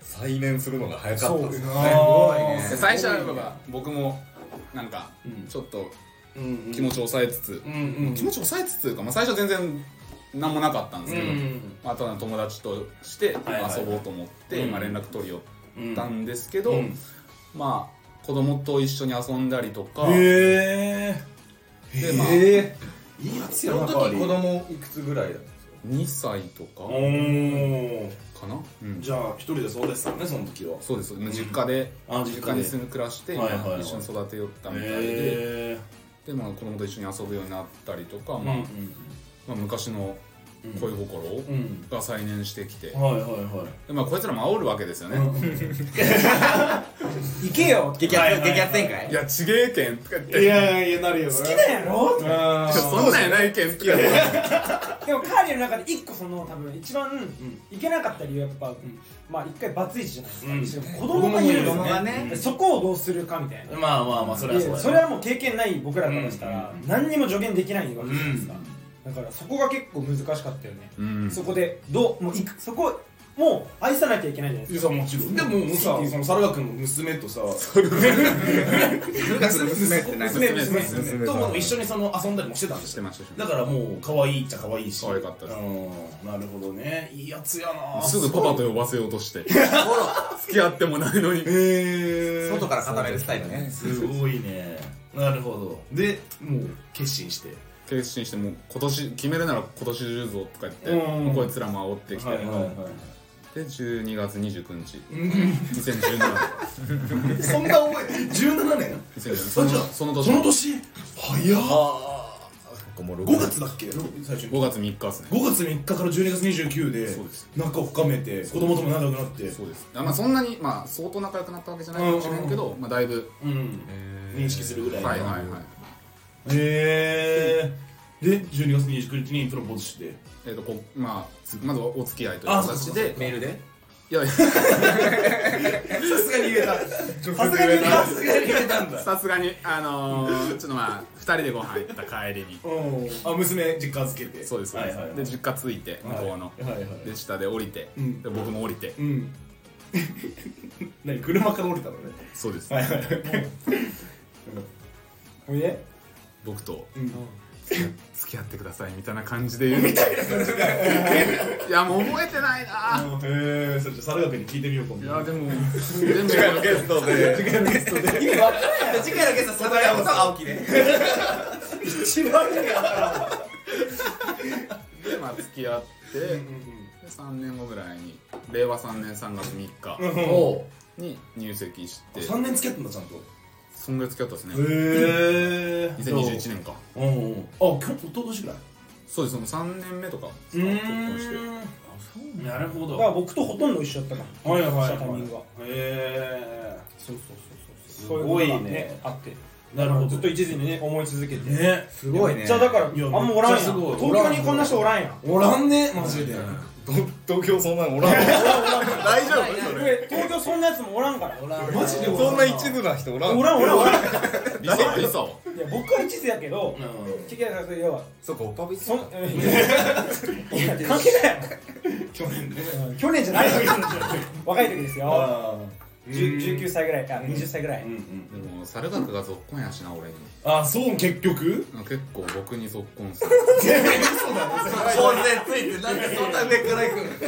Speaker 5: 再燃するのが早かったですね
Speaker 1: で最初はやっぱ僕もなんかちょっと気持ちを抑えつつ、気持ちを抑えつつというか、まあ、最初は全然何もなかったんですけど、まあ、ただの友達として
Speaker 3: いはい
Speaker 1: 遊ぼうと思って、
Speaker 3: うん
Speaker 1: まあ、連絡取り寄ったんですけど、
Speaker 3: うん
Speaker 1: まあ子供と一緒に遊んだりとか、
Speaker 3: へえ
Speaker 1: でまあ
Speaker 3: いいやつ
Speaker 5: そ
Speaker 3: や
Speaker 5: の
Speaker 3: な
Speaker 5: 時子供いくつぐらいだった
Speaker 1: 2歳とか
Speaker 3: おー
Speaker 1: かな、うん
Speaker 3: じゃあ一人で育ててたのねその時は
Speaker 1: そうです実家で、
Speaker 3: あ
Speaker 1: 実家に住む暮らして、
Speaker 3: はいはいはい
Speaker 1: まあ一緒に育てよったみたいで、
Speaker 3: へ
Speaker 1: でまあ、子供と一緒に遊ぶようになったりとか、
Speaker 3: え
Speaker 1: まあ
Speaker 3: うん
Speaker 1: まあ、昔の恋心
Speaker 3: うん
Speaker 1: が再燃してきて、
Speaker 3: はいはいはい
Speaker 1: でまあ、こいつらも煽るわけですよね、
Speaker 2: 行けよ
Speaker 6: 激アツ激アツ展開
Speaker 1: いやちげえけんとか言っ
Speaker 3: い
Speaker 1: て
Speaker 3: やいやなるよ好き
Speaker 2: 好きなんやろとか
Speaker 1: そんなんやないけんとか言って
Speaker 2: でもカーリーの中で一個その多分一番いけなかった理由はやっぱまあ一回バツイチじゃないですか子供がいる
Speaker 6: 子
Speaker 2: の
Speaker 6: 供が
Speaker 2: ね
Speaker 6: ね
Speaker 2: そこをどうするかみたいな
Speaker 3: まあまあまあそれはそう
Speaker 2: で
Speaker 3: だ
Speaker 2: それはもう経験ない僕らからしたら何にも助言できないわけじゃないですかだからそこが結構難しかったよね
Speaker 1: うん
Speaker 2: そこでどうもういくそこもう愛さなきゃいけないじゃないです
Speaker 3: いやさもちろんでもさその猿君の娘とさ
Speaker 6: 娘って
Speaker 2: か
Speaker 6: 何
Speaker 2: 娘娘
Speaker 1: 娘
Speaker 2: 娘
Speaker 3: とも一緒にその遊んだりもしてたんで
Speaker 1: し
Speaker 3: す
Speaker 1: て
Speaker 3: よ
Speaker 1: ましたし
Speaker 3: だからもう可愛いっちゃ可愛いし
Speaker 1: 可愛かったです
Speaker 3: うんなるほどねいいやつやな
Speaker 1: すぐパパと呼ばせようとして付き合ってもないのに
Speaker 3: へ
Speaker 6: 外から語られるスタイルね
Speaker 3: すごいねなるほどでもう決心して
Speaker 1: 決心してもう今年決めるなら今年中ぞとか言って
Speaker 3: うん
Speaker 1: もうこいつらも煽ってきて
Speaker 3: はい
Speaker 1: で12月29日2017年
Speaker 3: そんな覚え17年
Speaker 1: 2017年その
Speaker 3: じゃあ
Speaker 1: その年
Speaker 3: その年早っ
Speaker 5: もう
Speaker 3: 5月だっけ最初に
Speaker 1: 5月3日ですね
Speaker 3: 5月3日から12月29で
Speaker 1: そうです
Speaker 3: 仲を深めて子供とも仲良くなって
Speaker 1: そうですあまあそんなにまあ相当仲良くなったわけじゃないかもしれんけどまあだいぶ
Speaker 3: うん認識するぐらいの
Speaker 1: はいはいはい
Speaker 3: へえで12月29日にプロポーズして
Speaker 1: えっとこまあまずはお付き合いという
Speaker 3: あそうそう
Speaker 1: 形で
Speaker 6: メールで
Speaker 1: いやいや
Speaker 3: さすがに言えたさすがに言えたさすがに言えたんだ
Speaker 1: さすがにあのー、ちょっとまあ2人でご飯行った帰りに
Speaker 3: あ娘実家預けて
Speaker 1: そうです、
Speaker 3: はいはいはい
Speaker 1: で実家着いて向こうの、
Speaker 3: はいはい
Speaker 1: で下で降りて、
Speaker 3: ん
Speaker 1: で僕も降りて、
Speaker 3: うん 何車から降りたのね
Speaker 1: そうです、
Speaker 3: はいはい
Speaker 2: おいで
Speaker 1: 僕と、
Speaker 3: ん
Speaker 1: 付き合ってくださいみたいな感じで言うみたいな感じでいやもう覚えてないな
Speaker 3: へえそれじゃあ猿学に聞いてみようかも
Speaker 1: いやでもでもやっぱ
Speaker 5: ゲストで
Speaker 6: 次回のゲスト貞山と青木で
Speaker 1: で、まあ、付き合って、で3年後ぐらいに令和3年3月3日
Speaker 6: お
Speaker 1: に入籍して、
Speaker 3: 3年付き合ってんだちゃんと
Speaker 1: そんぐらい付き合ったんですね
Speaker 3: へえ
Speaker 1: 2021年か
Speaker 3: うんうんうんあ今日一昨年ぐらい
Speaker 1: そうですもう3年目とかです
Speaker 3: う
Speaker 1: か
Speaker 3: ーん
Speaker 1: 結婚して
Speaker 3: なるほど
Speaker 2: だから僕とほとんど一緒だったかも
Speaker 3: はいはいはい
Speaker 2: したタイミングは
Speaker 3: へ
Speaker 2: そうそうそう
Speaker 3: そ
Speaker 2: そうう
Speaker 3: そう
Speaker 2: そういう
Speaker 3: す
Speaker 2: こ
Speaker 3: ご
Speaker 2: とが
Speaker 3: いね
Speaker 2: あって
Speaker 3: えなるほど
Speaker 2: ずっと一途にね思い続けて
Speaker 3: ね
Speaker 6: すごいね
Speaker 2: じゃあだからあん
Speaker 3: いや
Speaker 2: まおらんやん
Speaker 3: めっち
Speaker 2: 東
Speaker 3: ゃすごい
Speaker 2: 京にこんな人おらんやん
Speaker 3: おらんねマジで
Speaker 5: 東京そんなのおらんわ大丈夫それ
Speaker 2: で東京そんなやつもおらんから
Speaker 3: マジでお
Speaker 5: そんな一途な人おらん
Speaker 2: おらんおらんおらん
Speaker 1: リサはリサはい
Speaker 2: や僕は一途やけど
Speaker 3: うん
Speaker 2: 結局要は
Speaker 5: そうかおっぱび
Speaker 2: そんいや関係 ないや
Speaker 3: 去年ね
Speaker 2: ん去年じゃないよ若い時ですよ
Speaker 3: あー
Speaker 2: じゅ19歳ぐらいか20歳ぐらい
Speaker 3: うんうん
Speaker 1: でも猿学がぞっこんやしな俺に
Speaker 3: あそう結局
Speaker 1: なんか結構僕にぞっこんする
Speaker 6: 当然ついてなんでそんな上から行くの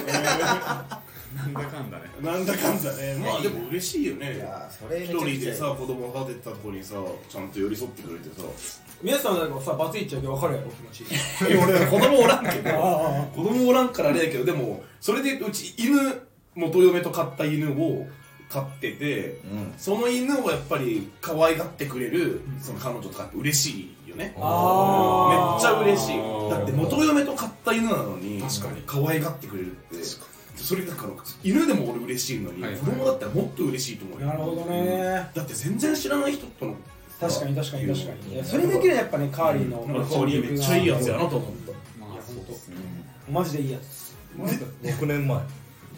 Speaker 1: なんだかんだね
Speaker 3: なんだかんだねまあでも嬉しいよね
Speaker 6: それめ
Speaker 3: 一
Speaker 6: ちゃくちゃ
Speaker 3: 人でさ子供育てた子にさちゃんと寄り添ってくれてさ
Speaker 2: 皆さんなんかさバツイチやけど分かるやろ気持ち
Speaker 3: 俺は子供おらんけ
Speaker 2: あ
Speaker 3: ど
Speaker 2: あ
Speaker 3: 子供おらんからあれやけどでもそれでうち犬元嫁と飼った犬を飼ってて
Speaker 5: うん
Speaker 3: その犬をやっぱり可愛がってくれるその彼女とかって嬉しいよねめっ
Speaker 2: あー
Speaker 3: ちゃ嬉しいだって元嫁と飼った犬なのに
Speaker 2: 確かに
Speaker 3: 可愛がってくれるってそれだから犬でも俺嬉しいのに、
Speaker 1: はい
Speaker 3: 子供だったらもっと嬉しいと思うよ
Speaker 2: なるほどね
Speaker 3: だって全然知らない人との
Speaker 2: 確かに確かに確かにいやそれできるやっぱねカーリーの
Speaker 3: なんか香りめっちゃいいやつやなと思っ
Speaker 1: まあそうですね
Speaker 2: マジでいいやつ
Speaker 5: 6年前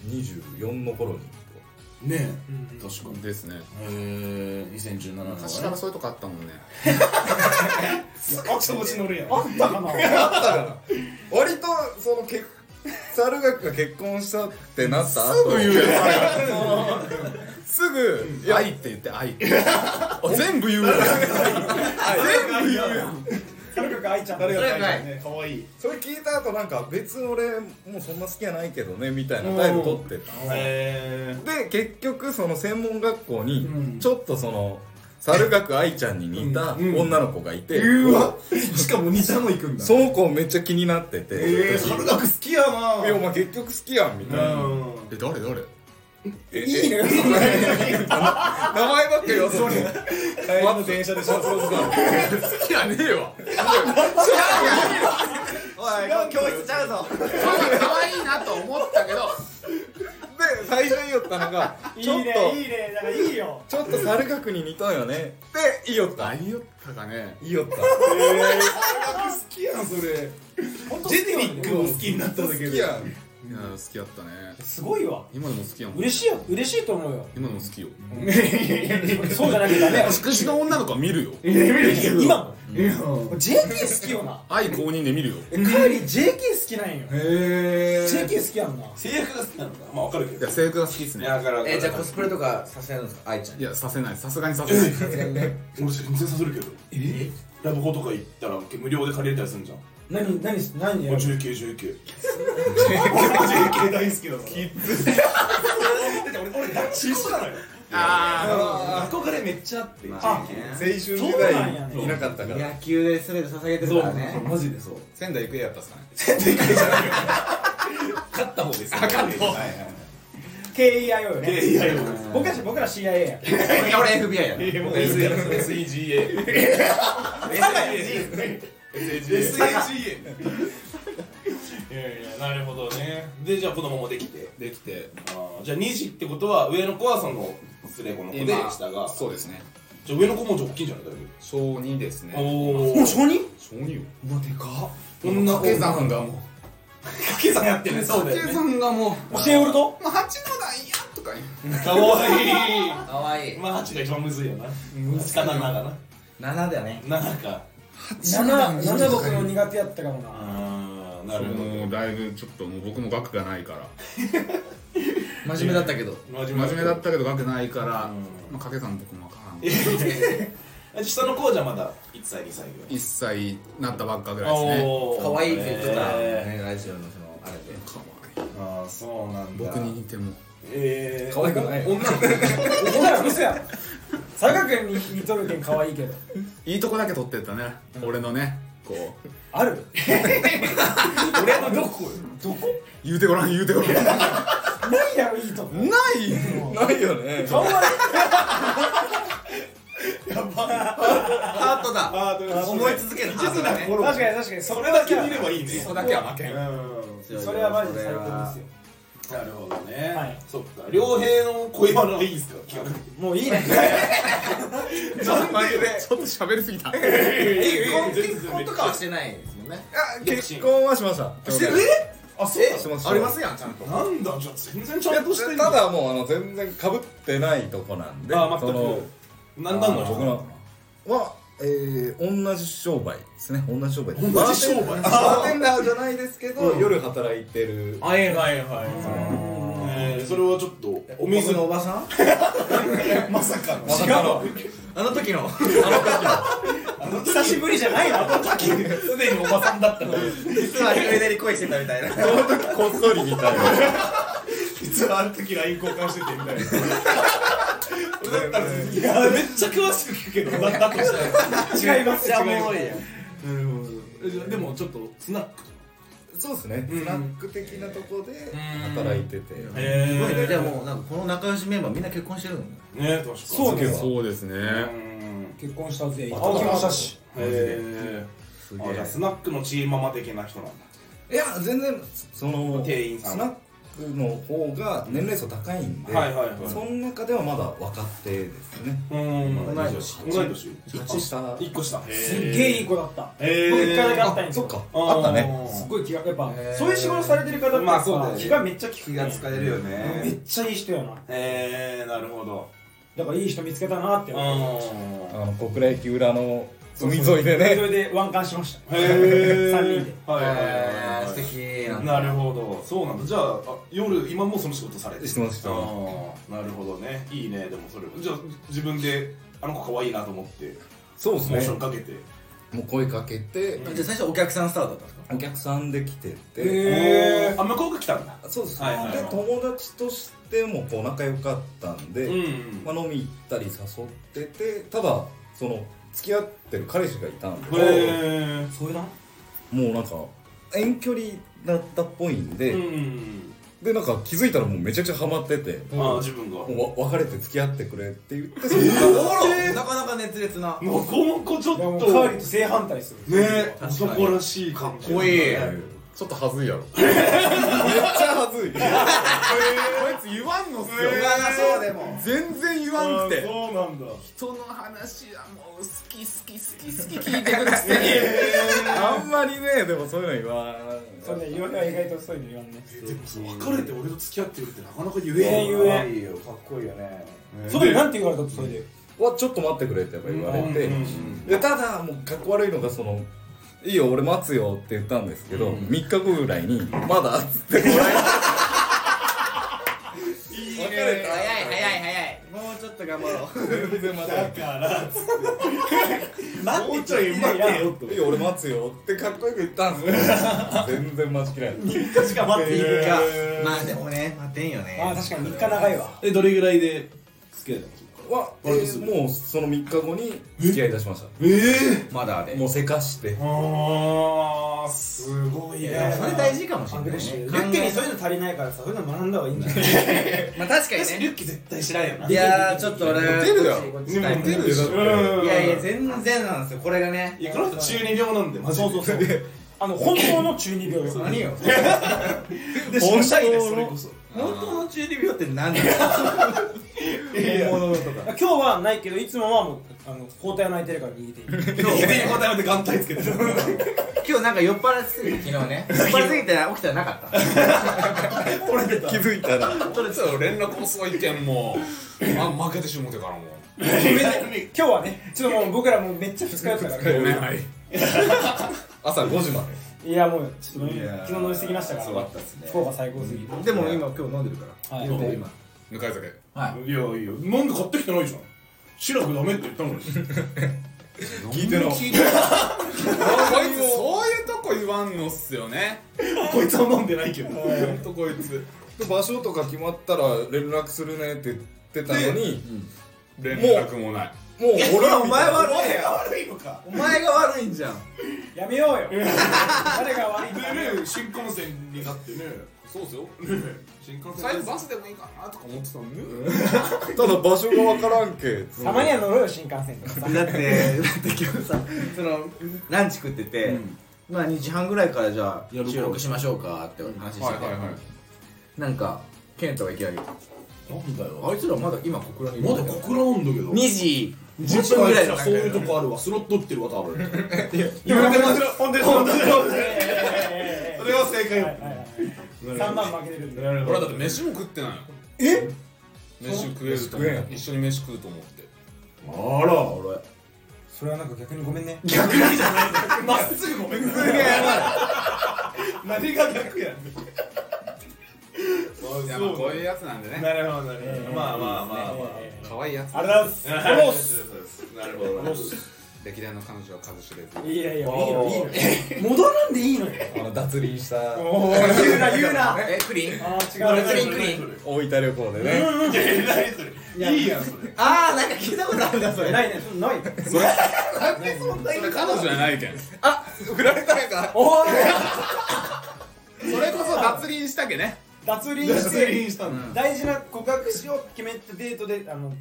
Speaker 5: 24の頃に
Speaker 3: たね
Speaker 2: うん
Speaker 3: 確かに
Speaker 1: ですね
Speaker 9: え2017年はね
Speaker 1: 昔からそういうとこあったもんね
Speaker 3: あ気持ち乗るやん
Speaker 2: あったかな
Speaker 5: 割とそのけ猿楽が結婚したってなった後
Speaker 1: すぐ言うよ
Speaker 5: すぐ
Speaker 1: 「愛」って言って「愛」 全部言うよ全部言うよ
Speaker 2: とにかく愛ちゃん
Speaker 5: 誰が
Speaker 2: とに
Speaker 5: 愛
Speaker 2: かく
Speaker 5: ちゃん
Speaker 2: 愛ね
Speaker 3: かわいい
Speaker 5: それ聞いた後なんか別に俺もうそんな好きじゃないけどねみたいな態度取ってた
Speaker 3: へ
Speaker 5: で結局その専門学校
Speaker 2: うん
Speaker 5: にちょっとその猿楽愛ちゃんに似た女の子がいて、
Speaker 3: えしかも2ちゃんも行くんだ
Speaker 5: その子めっちゃ気になってて、
Speaker 3: ええ猿楽好きや
Speaker 5: いや
Speaker 3: な
Speaker 5: まあ結局好きやんみたいな、
Speaker 3: うん
Speaker 1: え誰誰
Speaker 5: いいね名前ばっかりよそれ
Speaker 3: 帰りの電車でしょ
Speaker 1: 好きやねえわ
Speaker 6: 違う教室ちゃうぞ
Speaker 1: 可愛いなと思ったけど
Speaker 5: で最初に言った のが
Speaker 2: い
Speaker 5: ちょっ
Speaker 2: い
Speaker 5: と
Speaker 2: ねいいねだからいいよ
Speaker 5: ちょっと猿楽に似たよねでいいよったい
Speaker 1: 何言ったかね
Speaker 5: いよった
Speaker 3: 好きやんそれ
Speaker 2: 本当
Speaker 3: ジェネリックも好きになったんだけ
Speaker 5: 好
Speaker 3: ど
Speaker 5: きやん
Speaker 1: いや好きやったね
Speaker 2: すごいわ
Speaker 1: 今でも好きやもん
Speaker 2: 嬉しいよ嬉しいと思うよ
Speaker 1: 今でも好きよ
Speaker 2: そうじゃなきゃダメよ
Speaker 1: しかしの女の子は見るよ
Speaker 2: 今も JK 好きよな
Speaker 1: 愛公認で見るよ
Speaker 2: カーリー JK 好きなんよ
Speaker 3: へ
Speaker 2: JK 好きやんな
Speaker 9: 制約が好きなのか
Speaker 3: まあわかるけ
Speaker 1: いや
Speaker 3: ど
Speaker 1: 制服が好きっすね
Speaker 9: だから
Speaker 6: えじゃあコスプレとかさせないんですか愛ちゃん
Speaker 1: いやさせないさすがにさせない
Speaker 3: 俺全然させるけどえラブホとか行ったら無料で借りれたりするじゃん
Speaker 2: 何何何や
Speaker 3: 俺
Speaker 2: る
Speaker 3: 19、19 19 19大好き だからだって俺俺ダチ子なのよ
Speaker 1: あ
Speaker 3: 憧れめっちゃあって
Speaker 2: あ
Speaker 5: 青春時
Speaker 2: そうなんやね
Speaker 5: 代いなかったから
Speaker 6: 野球で全て捧げてるからね
Speaker 3: マジでそう
Speaker 1: 仙台育英やったっすかね
Speaker 9: 勝った方ですよねはいはい
Speaker 2: KEIO よね
Speaker 3: いやいや
Speaker 2: 僕らし僕ら CIA や
Speaker 6: 俺 FBI や
Speaker 3: SEGA SEGA いやいやなるほどねでじゃあ子供もできて
Speaker 1: できて
Speaker 3: あーじゃあ2児ってことは上の子はその連れ子の子で
Speaker 1: 今
Speaker 3: 下が
Speaker 1: そうですね
Speaker 3: じゃあ上の子もじゃあ大きいんじゃないだいぶ
Speaker 1: 小2ですね
Speaker 3: おお
Speaker 2: 小児
Speaker 1: 小2よ
Speaker 3: 女の
Speaker 1: 掛
Speaker 3: 子
Speaker 1: け算がもう
Speaker 3: 掛け算やってるねそうだよ
Speaker 1: 掛け
Speaker 3: ね
Speaker 1: 算がもう
Speaker 2: 教えおると
Speaker 1: まあ八の段やとか言う
Speaker 3: かわいい
Speaker 6: かわいい
Speaker 3: まあ8が一番むずいよな難しかなだな
Speaker 6: 7だね
Speaker 3: 7か
Speaker 2: 77僕の苦手やったかもな
Speaker 3: あーなるほど
Speaker 1: もうだいぶちょっともう僕も額がないから
Speaker 6: 真面目だったけど
Speaker 1: 真面目だったけど額ないから、
Speaker 3: うん
Speaker 1: まあ、掛け算僕もわからん
Speaker 3: た下の子はじゃあまだ1歳2歳ぐらい
Speaker 1: 1歳なったばっかぐらいですね
Speaker 3: おー
Speaker 6: かわいいって言ってた
Speaker 3: え
Speaker 6: ねラジオのそのあれで
Speaker 1: かわいい
Speaker 3: ーああそうなんだ
Speaker 1: 僕に似ても
Speaker 3: ええ
Speaker 6: 可愛くない
Speaker 3: 女の子
Speaker 2: ほら嘘や佐賀君に似とるけん可愛いけど
Speaker 1: いいとこだけ取ってったね、俺のねこう
Speaker 2: ある
Speaker 3: 俺のどこよ
Speaker 1: 言うてごらん言うてご らんな
Speaker 2: ないやろいいとこ
Speaker 1: い
Speaker 5: ないよね
Speaker 2: 顔は
Speaker 6: ハートだ
Speaker 3: ああどうし
Speaker 6: 思い続けるハートだね
Speaker 2: 確かに確かにそ
Speaker 3: そ
Speaker 2: れ
Speaker 3: れ
Speaker 2: だ
Speaker 3: だ
Speaker 2: け
Speaker 3: け
Speaker 2: は
Speaker 3: 見ればいいね
Speaker 9: そこだけは負けん
Speaker 3: う
Speaker 2: それはマジで最高ですよ
Speaker 3: んなるほどね、
Speaker 2: はい
Speaker 3: そっか両平の恋バナはいいんすか基本的に
Speaker 2: もういいね
Speaker 1: ちょっとちょっと喋りすぎた
Speaker 6: 結婚結婚とかはしてないですもんね
Speaker 5: あ結婚はしましたしてる
Speaker 3: あそう
Speaker 5: してます
Speaker 6: ありますやんちゃんと
Speaker 3: なんだじゃあ全然ちゃんとしてん
Speaker 5: た
Speaker 3: だ
Speaker 5: だもうあの全然かぶってないとこなんで
Speaker 3: あー全く
Speaker 5: その
Speaker 3: なんだん
Speaker 5: 僕
Speaker 3: の
Speaker 5: のは、えー、同じ商売ですね同じ商売
Speaker 3: 同じ商売
Speaker 5: バーテンダーじゃないですけど、
Speaker 3: うん
Speaker 5: 夜働いてる
Speaker 3: はいはいはいえーそれはちょっとお水
Speaker 6: おばさん
Speaker 3: まさかの
Speaker 5: 違うの
Speaker 6: あの時の
Speaker 2: 久しぶりじゃないな
Speaker 3: すでにおばさんだったのに
Speaker 6: 実は夢でに恋してたみたいな
Speaker 5: こっそりみたいな
Speaker 3: 実はある時 LINE 交換しててみたいなだったらいやめっちゃ詳しく聞くけどだったとしたら
Speaker 2: 違います違いま
Speaker 3: でもちょっとスナック
Speaker 5: そうですね、スナック的なとこで働いてて、
Speaker 6: すごいね
Speaker 3: え
Speaker 6: じゃあもうなんかこの仲良しメンバーみんな結婚してるの
Speaker 3: えね確かに
Speaker 2: そうです
Speaker 1: そうですね
Speaker 2: す結婚した全員青木もしたし
Speaker 3: え
Speaker 5: す
Speaker 3: あじゃあスナックのチーママ的な人なんだ
Speaker 5: いや全然その
Speaker 3: 店員さん
Speaker 5: スナッの方が年齢層高いんで、
Speaker 3: はいはいはい
Speaker 5: その中ではまだ若手ですね
Speaker 3: うん
Speaker 5: 同い
Speaker 3: 年同い年
Speaker 5: 一下あ
Speaker 3: 一個下
Speaker 2: すっげえいい子だった
Speaker 3: え
Speaker 2: 僕一回だけ会ったん
Speaker 5: あ
Speaker 2: です
Speaker 5: そ
Speaker 2: よ
Speaker 5: っかあったね
Speaker 2: すごい気がやっぱそういう仕事されてる方って
Speaker 3: まあそうだよね
Speaker 2: 気がめっちゃ利く
Speaker 9: 気が使えるよね
Speaker 2: めっちゃいい人やな
Speaker 3: えー、なるほど
Speaker 2: だからいい人見つけたなって
Speaker 3: う
Speaker 2: 思って
Speaker 3: ん
Speaker 5: の小倉駅裏の海沿いで
Speaker 2: そ
Speaker 5: ね
Speaker 2: れでワンカンしました
Speaker 3: へえ
Speaker 2: 三人で
Speaker 3: はいはいはい
Speaker 6: え
Speaker 3: は
Speaker 6: ー、素
Speaker 3: い
Speaker 6: 敵
Speaker 3: なるほどそうなんだじゃああ夜今もその仕事されてる
Speaker 5: してますしてます
Speaker 3: あーなるほどねいいねでもそれじゃあ自分であの子可愛いなと思って
Speaker 5: そうで
Speaker 3: モーションかけて
Speaker 1: もう声かけて
Speaker 6: じゃあ最初お客さんスタートだったんですか
Speaker 5: お客さんで来てて、
Speaker 3: へえあ向こうが来たんだ
Speaker 5: そうです、
Speaker 3: はいはいはい
Speaker 5: で友達としてもこう仲良かったんで、
Speaker 3: ん
Speaker 5: まあ、飲み行ったり誘っててただその付き合ってる彼氏がいたんで、
Speaker 3: へ
Speaker 2: そういうな
Speaker 5: もうなんか遠距離だったっぽいんで、
Speaker 3: えうん
Speaker 5: でなんか気づいたらもうめちゃくちゃハマってて、
Speaker 3: あー自分が
Speaker 5: もうわ別れて付き合ってくれって言ってそ
Speaker 6: なかなか熱烈な
Speaker 3: なかなかちょっ
Speaker 2: いやもう
Speaker 3: と
Speaker 2: カーリーと正反対する
Speaker 3: ね男らしい感じ
Speaker 6: かっこいい
Speaker 3: ね
Speaker 1: ちょっとはずいやろ
Speaker 5: めっちゃはずい
Speaker 1: こいつ言わんのっすよ
Speaker 6: そうでも
Speaker 1: 全然言わんく
Speaker 3: あー
Speaker 1: て
Speaker 3: そうなんだ
Speaker 1: 人の話はもう好き好き好き好き聞いてくるくせに
Speaker 5: あんまりねでもそういうの言わ
Speaker 2: それね言わない意外とそういうの言わんね
Speaker 3: でもそう別れて俺と付き合ってるってなかなか言
Speaker 2: え
Speaker 3: え
Speaker 2: え
Speaker 3: ん
Speaker 2: 言えん
Speaker 3: いいよかっこいいよね
Speaker 2: それでなんて言われたのそれで
Speaker 5: はちょっと待ってくれってやっぱ言われて、
Speaker 3: うんうんうん
Speaker 5: でただもうかっこ悪いのがその「いいよ俺待つよ」って言ったんですけど、
Speaker 3: うん
Speaker 5: 3日後ぐらいに「まだ?」っつってもらえ
Speaker 6: いいね早い早い早いもうちょっと頑張ろ う
Speaker 3: だからもうちょい待ってよ
Speaker 5: て「いいよ俺待つよ」ってかっこよく言ったんですよ 全然待ちきれない
Speaker 3: しか待っているか
Speaker 6: まあでもね待てんよね
Speaker 2: ああ確かに3日長いわ
Speaker 9: えどれぐらいで付き合いだったの
Speaker 5: は、えーもうその3日後に付き合い出しまし
Speaker 6: まだ
Speaker 5: た
Speaker 6: で
Speaker 5: もうせかして
Speaker 3: ああすごい
Speaker 6: い
Speaker 3: ね
Speaker 6: やそれ大事かもしれないね
Speaker 2: リュ
Speaker 6: 考え
Speaker 2: ッケにそういうの足りないからさそういうの学んだ方がいいんじゃない
Speaker 6: まあ確かに
Speaker 3: リュ
Speaker 6: ね
Speaker 3: ッキー絶対知らんよ ない
Speaker 6: やーちょっと俺
Speaker 1: モテるだろ
Speaker 6: こっちこっちタイプ
Speaker 1: モテるでしょ
Speaker 6: いやいや全然なんですよこれがね
Speaker 3: いやこの人中二病なんでマジ
Speaker 2: そ
Speaker 3: で
Speaker 2: うそうそうあの本当の中二病よ
Speaker 6: 何よ
Speaker 3: でしかもシャイですそれこそ
Speaker 6: 本当の中二病って何だよ本物とか
Speaker 2: 今日はないけどいつもはもうあの包帯は泣いてるから逃げ ている
Speaker 3: 右手に答えて眼帯つけてる
Speaker 6: 今日なんか酔っ払いすぎて昨日ね酔っ払いすぎて起きたらなかった
Speaker 5: 気づいたら
Speaker 1: 本当に そう連絡遅いけんもうあ負けてしもうてからもう
Speaker 2: 今日はねちょっともう僕らもうめっちゃ二日酔ったから
Speaker 1: ごめんはい
Speaker 5: 朝5時まで
Speaker 2: いやもうちょっと飲み
Speaker 6: いやー
Speaker 2: 昨日飲みすぎましたから
Speaker 6: そうだったっすね
Speaker 2: 福岡最高すぎて
Speaker 6: でも今今日飲んでるから
Speaker 2: はい
Speaker 6: 今今
Speaker 1: 向かい酒
Speaker 3: いやいやなんで買ってきてないじゃんシラフダメって言ったのに
Speaker 5: 聞いてな
Speaker 1: 聞い てないこいつそういうとこ言わんのっすよね
Speaker 3: こいつは飲んでないけど
Speaker 1: ほんとこいつ
Speaker 5: 場所とか決まったら連絡するねって言ってたのに
Speaker 1: 連絡もない
Speaker 5: もう俺ら
Speaker 6: お前は悪いよ
Speaker 3: 悪いのか
Speaker 6: お前が悪いんじゃん
Speaker 2: やめようよ誰が悪いんだよ
Speaker 3: でね新幹線になってね
Speaker 1: そうっすよ
Speaker 3: 新幹
Speaker 1: 最
Speaker 3: 線
Speaker 1: 後バスでもいいかなとか思ってたのに
Speaker 5: ただ場所がわからんけ
Speaker 2: たまには乗ろうよ新幹線とか さ
Speaker 6: だってだって今日さそのランチ食ってて、まあ2時半ぐらいからじゃあ収録しましょうかって話してて、
Speaker 1: はいはいはい
Speaker 6: なんかケントがいきなり
Speaker 3: なんだよ
Speaker 6: あいつらまだ今小倉にいる
Speaker 3: まだ小倉なんだけど
Speaker 6: 2時
Speaker 3: マジ
Speaker 6: 10
Speaker 3: で
Speaker 6: 分
Speaker 3: あ
Speaker 6: ぐら
Speaker 3: い
Speaker 6: い
Speaker 3: つ
Speaker 6: の
Speaker 3: らそういうとこあるわスロット打ってるわ多分
Speaker 2: 今
Speaker 3: 本当に本当に本当に本当に
Speaker 2: そ
Speaker 3: それは正解
Speaker 2: はいはいはい3万負けてるんで
Speaker 1: 俺はだって飯も食ってないよえ飯食えると思って一緒に飯食うと思って
Speaker 3: あら
Speaker 2: それはなんか逆にごめんね
Speaker 3: まっすぐごめんすげえ何が逆やねん
Speaker 1: いやまあこういうやつなんでね
Speaker 3: なるほどねまあまあまあまあ
Speaker 1: 可愛いやつ
Speaker 2: ありがとうございますロス
Speaker 3: なるほど
Speaker 1: 歴代の彼女は数知れず
Speaker 2: いやいやいいのいいの戻らんでいいのよ
Speaker 5: あの脱輪した
Speaker 2: おー言うな言うな
Speaker 6: えクリーン
Speaker 2: あー違う
Speaker 6: クリーンクリーン
Speaker 5: 大分旅行でね
Speaker 3: いいやんそれ
Speaker 6: あーなんか聞いたことあるなそれ
Speaker 2: ないねない
Speaker 1: 彼女じゃないけん
Speaker 5: 振られたんか
Speaker 2: おい
Speaker 1: それこそ脱輪したけね
Speaker 2: 脱輪して
Speaker 3: したんだ
Speaker 2: 大事な告白しようって決めたデートであの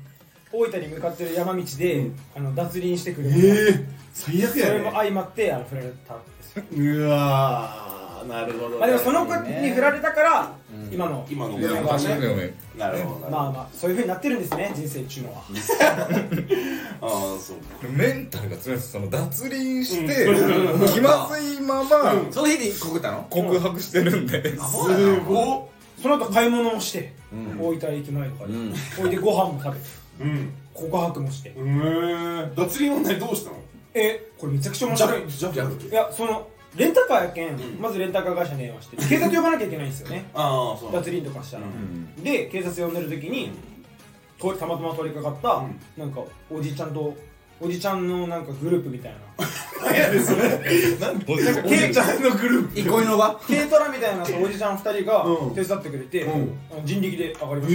Speaker 2: 大分に向かってる山道であの脱輪してくれる
Speaker 3: 最悪
Speaker 2: それも相まってあの振られたんですよ
Speaker 3: うわなるほどね
Speaker 2: まあ、でもその子に振られたから、今の
Speaker 3: 今の
Speaker 13: いや
Speaker 3: も
Speaker 13: まあそうだよね
Speaker 3: なるほどなるほど
Speaker 2: まあまあそういうふうになってるんですね人生っちゅうのは
Speaker 3: ああそう
Speaker 13: メンタルが強いですその脱輪して、気まずいまま
Speaker 6: その日に告ったの
Speaker 13: 告白してるんで、
Speaker 3: すご
Speaker 2: その後買い物をして、大分駅前とかで、置いてご飯も食べて
Speaker 3: うん
Speaker 2: 告白もして、
Speaker 3: へえ脱輪問題どうしたの
Speaker 2: えこれめちゃくちゃ面白い
Speaker 3: ジャブジャ
Speaker 2: い
Speaker 3: ブ
Speaker 2: やそのレンタカーやけん、まずレンタカー会社に電話して警察呼ばなきゃいけないんですよね
Speaker 3: ああそう
Speaker 2: 脱輪とかしたら、
Speaker 3: うん
Speaker 2: で警察呼んでる時にとたまたま通りかかった、なんかおじちゃんとおじちゃんのなんかグループみたいな
Speaker 3: ケイちゃんのグループ
Speaker 6: 憩いの場
Speaker 2: 軽トラみたいなおじちゃん2人が
Speaker 3: うん
Speaker 2: 手伝ってくれて、
Speaker 3: ん
Speaker 2: あの人力で上がりました、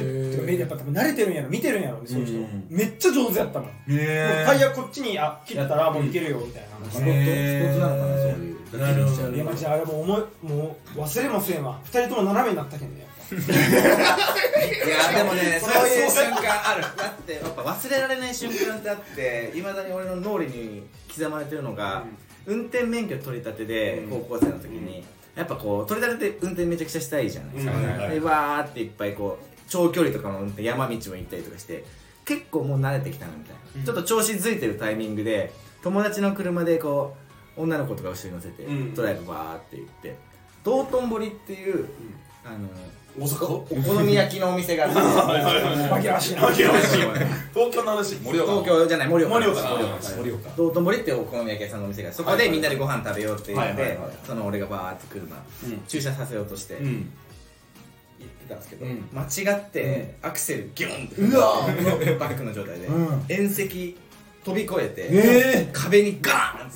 Speaker 3: え
Speaker 2: てか目やっぱ多分慣れてるんやろ見てるんやろねそういう人、
Speaker 3: うん
Speaker 2: めっちゃ上手やったもん、もう
Speaker 3: えね
Speaker 2: タイヤこっちにあ切ったらもういけるよみたいな、
Speaker 6: スポットなのかなそういうなるほ
Speaker 2: いやマジであれもう思いもう忘れもせんわ2人とも斜めになったけんねやっぱ
Speaker 6: いやでもね そういう瞬間あるだってやっぱ忘れられない瞬間ってあっていまだに俺の脳裏に刻まれてるのが、運転免許取り立てで高校生の時に、やっぱこう取り立てて運転めちゃくちゃしたいじゃないですか、
Speaker 3: うんはいはい
Speaker 6: でわーっていっぱいこう長距離とかの運転山道も行ったりとかして結構もう慣れてきたなみたいな、ちょっと調子づいてるタイミングで友達の車でこう女の子とか後ろに乗せて、
Speaker 3: うん
Speaker 6: ドライブバーって行って道頓堀っていう、あの
Speaker 3: 大阪
Speaker 6: お好み焼きのお店があっ て
Speaker 3: はいはいはい
Speaker 2: 紛らわしいな
Speaker 3: 東京の話
Speaker 13: 盛岡
Speaker 6: 東京じゃない森岡
Speaker 3: 盛岡だ
Speaker 6: 盛岡
Speaker 13: 盛岡
Speaker 6: 道頓堀ってお好み焼き屋さんのお店があってそこ
Speaker 3: はい
Speaker 6: で
Speaker 3: はい
Speaker 6: みんなでご飯食べようって言っ
Speaker 3: はいはい
Speaker 6: て
Speaker 3: はいはい
Speaker 6: その俺がバーって車、
Speaker 3: うん
Speaker 6: 駐車させようとして
Speaker 3: う
Speaker 6: 行って
Speaker 3: ん
Speaker 6: たんですけど、
Speaker 3: うん
Speaker 6: 間違ってアクセルギュンってうわバックの状態で、縁石飛び越えて、壁にガーンっ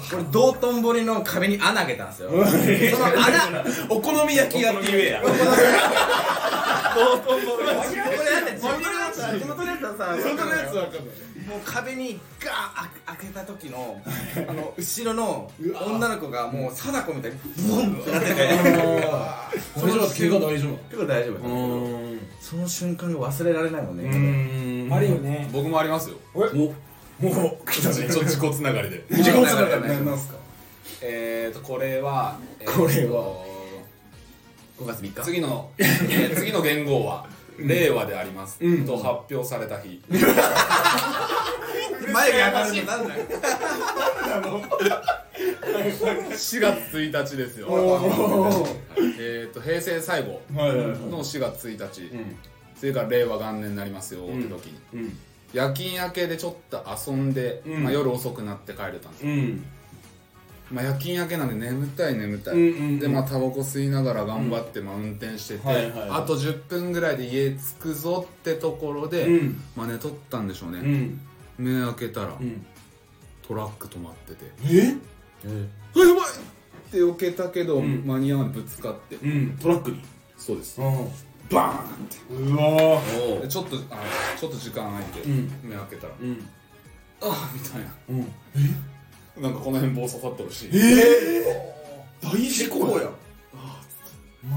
Speaker 6: て俺道頓堀の壁に穴開けたんですよその穴
Speaker 3: お好み焼きやって言えや
Speaker 6: これだって地元のやつ地元のやつはさ
Speaker 3: そんなやつわかんない
Speaker 6: もう壁にガーンあ開けた時のあの後ろの女の子がもう貞子みたいにボンってなってて
Speaker 14: これ以上経過大丈夫
Speaker 6: 結構大丈夫だったんですけどその瞬間が忘れられないもんね
Speaker 2: あるよね
Speaker 5: 僕もありま すよ
Speaker 3: もう
Speaker 5: ちょっと自己つながりで
Speaker 6: 自己つながり
Speaker 13: なんすか
Speaker 5: えーとこれは
Speaker 6: これ
Speaker 5: は
Speaker 6: 5月3日
Speaker 5: 次の、えー次の元号は令和であります、と発表された日
Speaker 6: 前が上がるのなんだよ
Speaker 5: 4月1日ですよえーと平成最後の4月1日、それから令和元年になりますよって時に、
Speaker 3: うん
Speaker 5: 夜勤明けでちょっと遊んで、
Speaker 3: うん
Speaker 5: まあ、夜遅くなって帰れたんですよ、
Speaker 3: うん
Speaker 5: まあ、夜勤明けなんで眠たい眠たい、
Speaker 3: うんうんうん
Speaker 5: でまあタバコ吸いながら頑張って、まあ、運転してて、
Speaker 3: はいはいはい
Speaker 5: あと10分ぐらいで家着くぞってところで、
Speaker 3: うん
Speaker 5: まあ寝とったんでしょうね、
Speaker 3: うん
Speaker 5: 目開けたら、
Speaker 3: ん
Speaker 5: トラック止まってて「
Speaker 3: え
Speaker 5: あやばい!」って避けたけど、
Speaker 3: ん
Speaker 5: 間に合わないぶつかって、
Speaker 3: うんトラックに
Speaker 5: そうです
Speaker 3: うん
Speaker 5: バーンって
Speaker 3: うわ
Speaker 5: でちょっとあのちょっと時間空いて、
Speaker 3: ん
Speaker 5: 目開けたら「
Speaker 3: うん
Speaker 5: ああ」みたいな
Speaker 3: うん
Speaker 5: なんかこの辺棒刺さっとるし
Speaker 3: 大事故や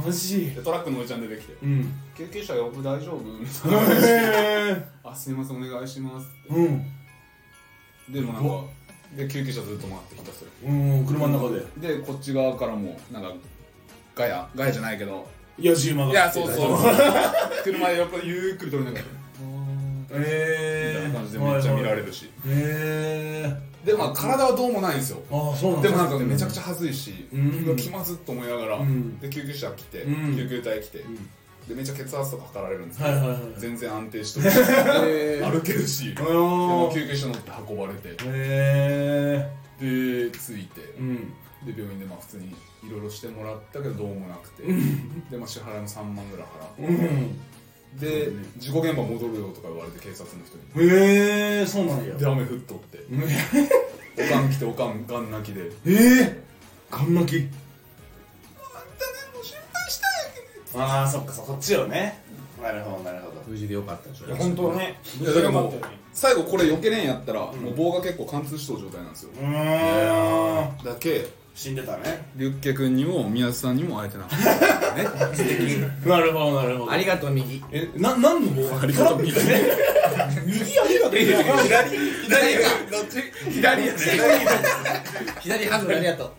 Speaker 3: マジ
Speaker 5: でトラックのおじちゃん出てきて
Speaker 3: うん
Speaker 5: 「救急車呼ぶ大丈夫?」みたいな
Speaker 3: へ
Speaker 5: 「あすいませんお願いします」っ
Speaker 3: うん
Speaker 5: てでもなんかで救急車ずっと待ってひたすら
Speaker 3: うん車の中で
Speaker 5: でこっち側からもなんかガヤガヤじゃないけど
Speaker 3: 野じ馬が
Speaker 5: いやそうそう 車でやっぱゆっくり撮りながらみたい
Speaker 3: え
Speaker 5: な感じでめっちゃ見られるし
Speaker 3: え
Speaker 5: でまあ体はどうもないんですよ
Speaker 3: ああそうなん
Speaker 5: でもなんかめちゃくちゃ恥ずいし、
Speaker 3: ん
Speaker 5: うわ気まずっと思いながら、
Speaker 3: ん
Speaker 5: で救急車来て、
Speaker 3: うん
Speaker 5: 救急隊来て、でめっちゃ血圧とか測られるんですけど、
Speaker 3: はいはいはい
Speaker 5: 全然安定してるし歩けるし、でも
Speaker 3: へ
Speaker 5: 救急車乗って運ばれてで
Speaker 3: え
Speaker 5: 着いて、
Speaker 3: うん
Speaker 5: で病院でまあ普通にいろいろしてもらったけどどうもなくて、でまあ支払いも3万ぐらい払っ
Speaker 3: うん
Speaker 5: て、で事故現場戻るよとか言われて警察の人に
Speaker 3: ええそうなんや
Speaker 5: で雨降っとって、おかん来ておかんがん泣きで
Speaker 3: ええガン泣きああそっかそこっちよねなるほどなるほど
Speaker 6: 無事でよかったでしょ
Speaker 2: 本当ね
Speaker 5: いやだからもう最後これ避けれんやったら、もう棒が結構貫通しとる状態なんですよ、
Speaker 3: うーん
Speaker 5: だけ
Speaker 3: 死んでたね
Speaker 5: リュッケ君にも宮津さんにも会えてなかった
Speaker 3: なるほどなるほ
Speaker 6: ありがとう右
Speaker 3: えな何の棒が
Speaker 5: ありがとうみたいな
Speaker 3: 右ありがとう左左
Speaker 6: 左外れありがとう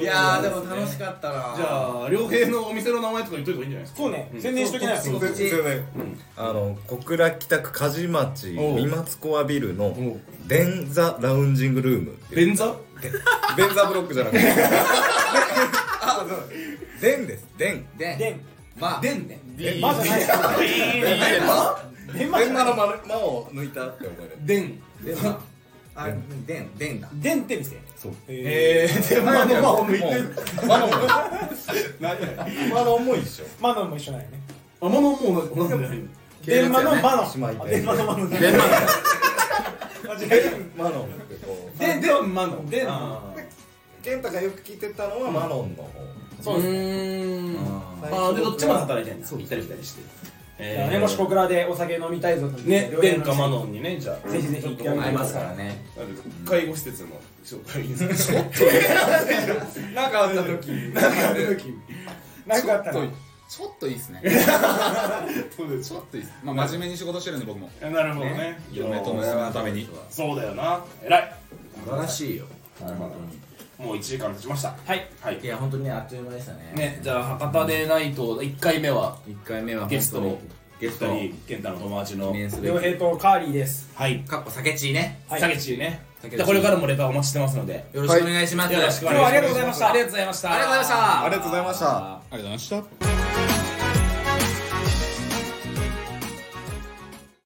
Speaker 6: いやーでも楽しかったな
Speaker 3: じゃあ良平のお店の名前とか言っといた方がいいんじゃないですか
Speaker 2: そうね、宣伝しときなよ
Speaker 5: 全然全然あの小倉北区梶町
Speaker 3: おう
Speaker 5: 三松コアビルの
Speaker 3: おう
Speaker 5: デンザラウンジングルームっていう
Speaker 3: 便座
Speaker 5: デンザブロックじゃ なくてあそうデンですデン
Speaker 6: で
Speaker 2: でん
Speaker 5: まあ
Speaker 3: でんね
Speaker 2: でんまじゃないでんまじ
Speaker 5: デ
Speaker 2: ゃな
Speaker 5: ンマ
Speaker 2: い
Speaker 5: の間間を抜いたって覚える
Speaker 3: でん
Speaker 6: でんだあうんでんでんだ
Speaker 2: でんって店
Speaker 5: そう
Speaker 2: え
Speaker 15: でまあのまあ抜いて
Speaker 5: マノンも
Speaker 15: まあのも一緒
Speaker 2: ーマノンも一緒なんやね
Speaker 3: あまのもう同じじゃない
Speaker 2: でんまのマノ
Speaker 5: 姉妹
Speaker 2: ンで
Speaker 5: 店
Speaker 2: んまのマノン
Speaker 1: でんまの
Speaker 2: 間違え
Speaker 5: マノンってこう
Speaker 2: たでんでんまのでん
Speaker 5: 健太がよく聞いてたのはマノンの方
Speaker 2: そうです
Speaker 3: ん
Speaker 6: あ
Speaker 3: あーでどっちも働
Speaker 6: いてんだ行ったり来たりして
Speaker 2: だからねもし小倉でお酒飲みたいぞと
Speaker 3: ねでんかマ
Speaker 2: ン
Speaker 3: ノンにねじゃあ
Speaker 2: ぜひぜひ行ってあ
Speaker 6: あ
Speaker 2: げ
Speaker 6: り
Speaker 2: て
Speaker 6: ま
Speaker 2: ます
Speaker 6: す
Speaker 2: か
Speaker 6: かららね
Speaker 15: あの介護施設の紹介いいですか
Speaker 5: なんかあった時なんかあった時
Speaker 2: なんかあった
Speaker 1: ちょっと
Speaker 2: ら
Speaker 1: ちょっといいっすね
Speaker 15: そうです
Speaker 1: ちょっといいっすまあ真面目に仕事してるんで僕も
Speaker 15: なるほどね
Speaker 1: 嫁と娘のために
Speaker 15: そうだよな偉い
Speaker 6: 素晴らしいよ
Speaker 15: もう1時間経ちました
Speaker 2: はい
Speaker 15: はい
Speaker 6: いや本当にねあっという間でしたね
Speaker 3: ねじゃあ博多でナイト1回目は
Speaker 6: 一回目は
Speaker 3: ゲスト
Speaker 6: 本
Speaker 3: の
Speaker 6: 当にゲスト
Speaker 15: 2
Speaker 6: に
Speaker 15: 人健太の友達の
Speaker 6: 記念すべ
Speaker 2: 両
Speaker 6: き
Speaker 2: 平とカーリーです
Speaker 15: はい
Speaker 6: かっこ酒ちね
Speaker 2: はい
Speaker 3: 下げちね
Speaker 6: 酒
Speaker 3: じゃあこれからもレターお待ちしてますので
Speaker 6: よろしくお願いします
Speaker 3: よろしくお
Speaker 2: 今日はあり
Speaker 3: 願
Speaker 2: がとう
Speaker 3: いし
Speaker 2: ござい
Speaker 3: ま
Speaker 2: まし
Speaker 3: す
Speaker 2: た
Speaker 3: ありがとうございました
Speaker 5: ありがとうございました
Speaker 1: ありがとうございました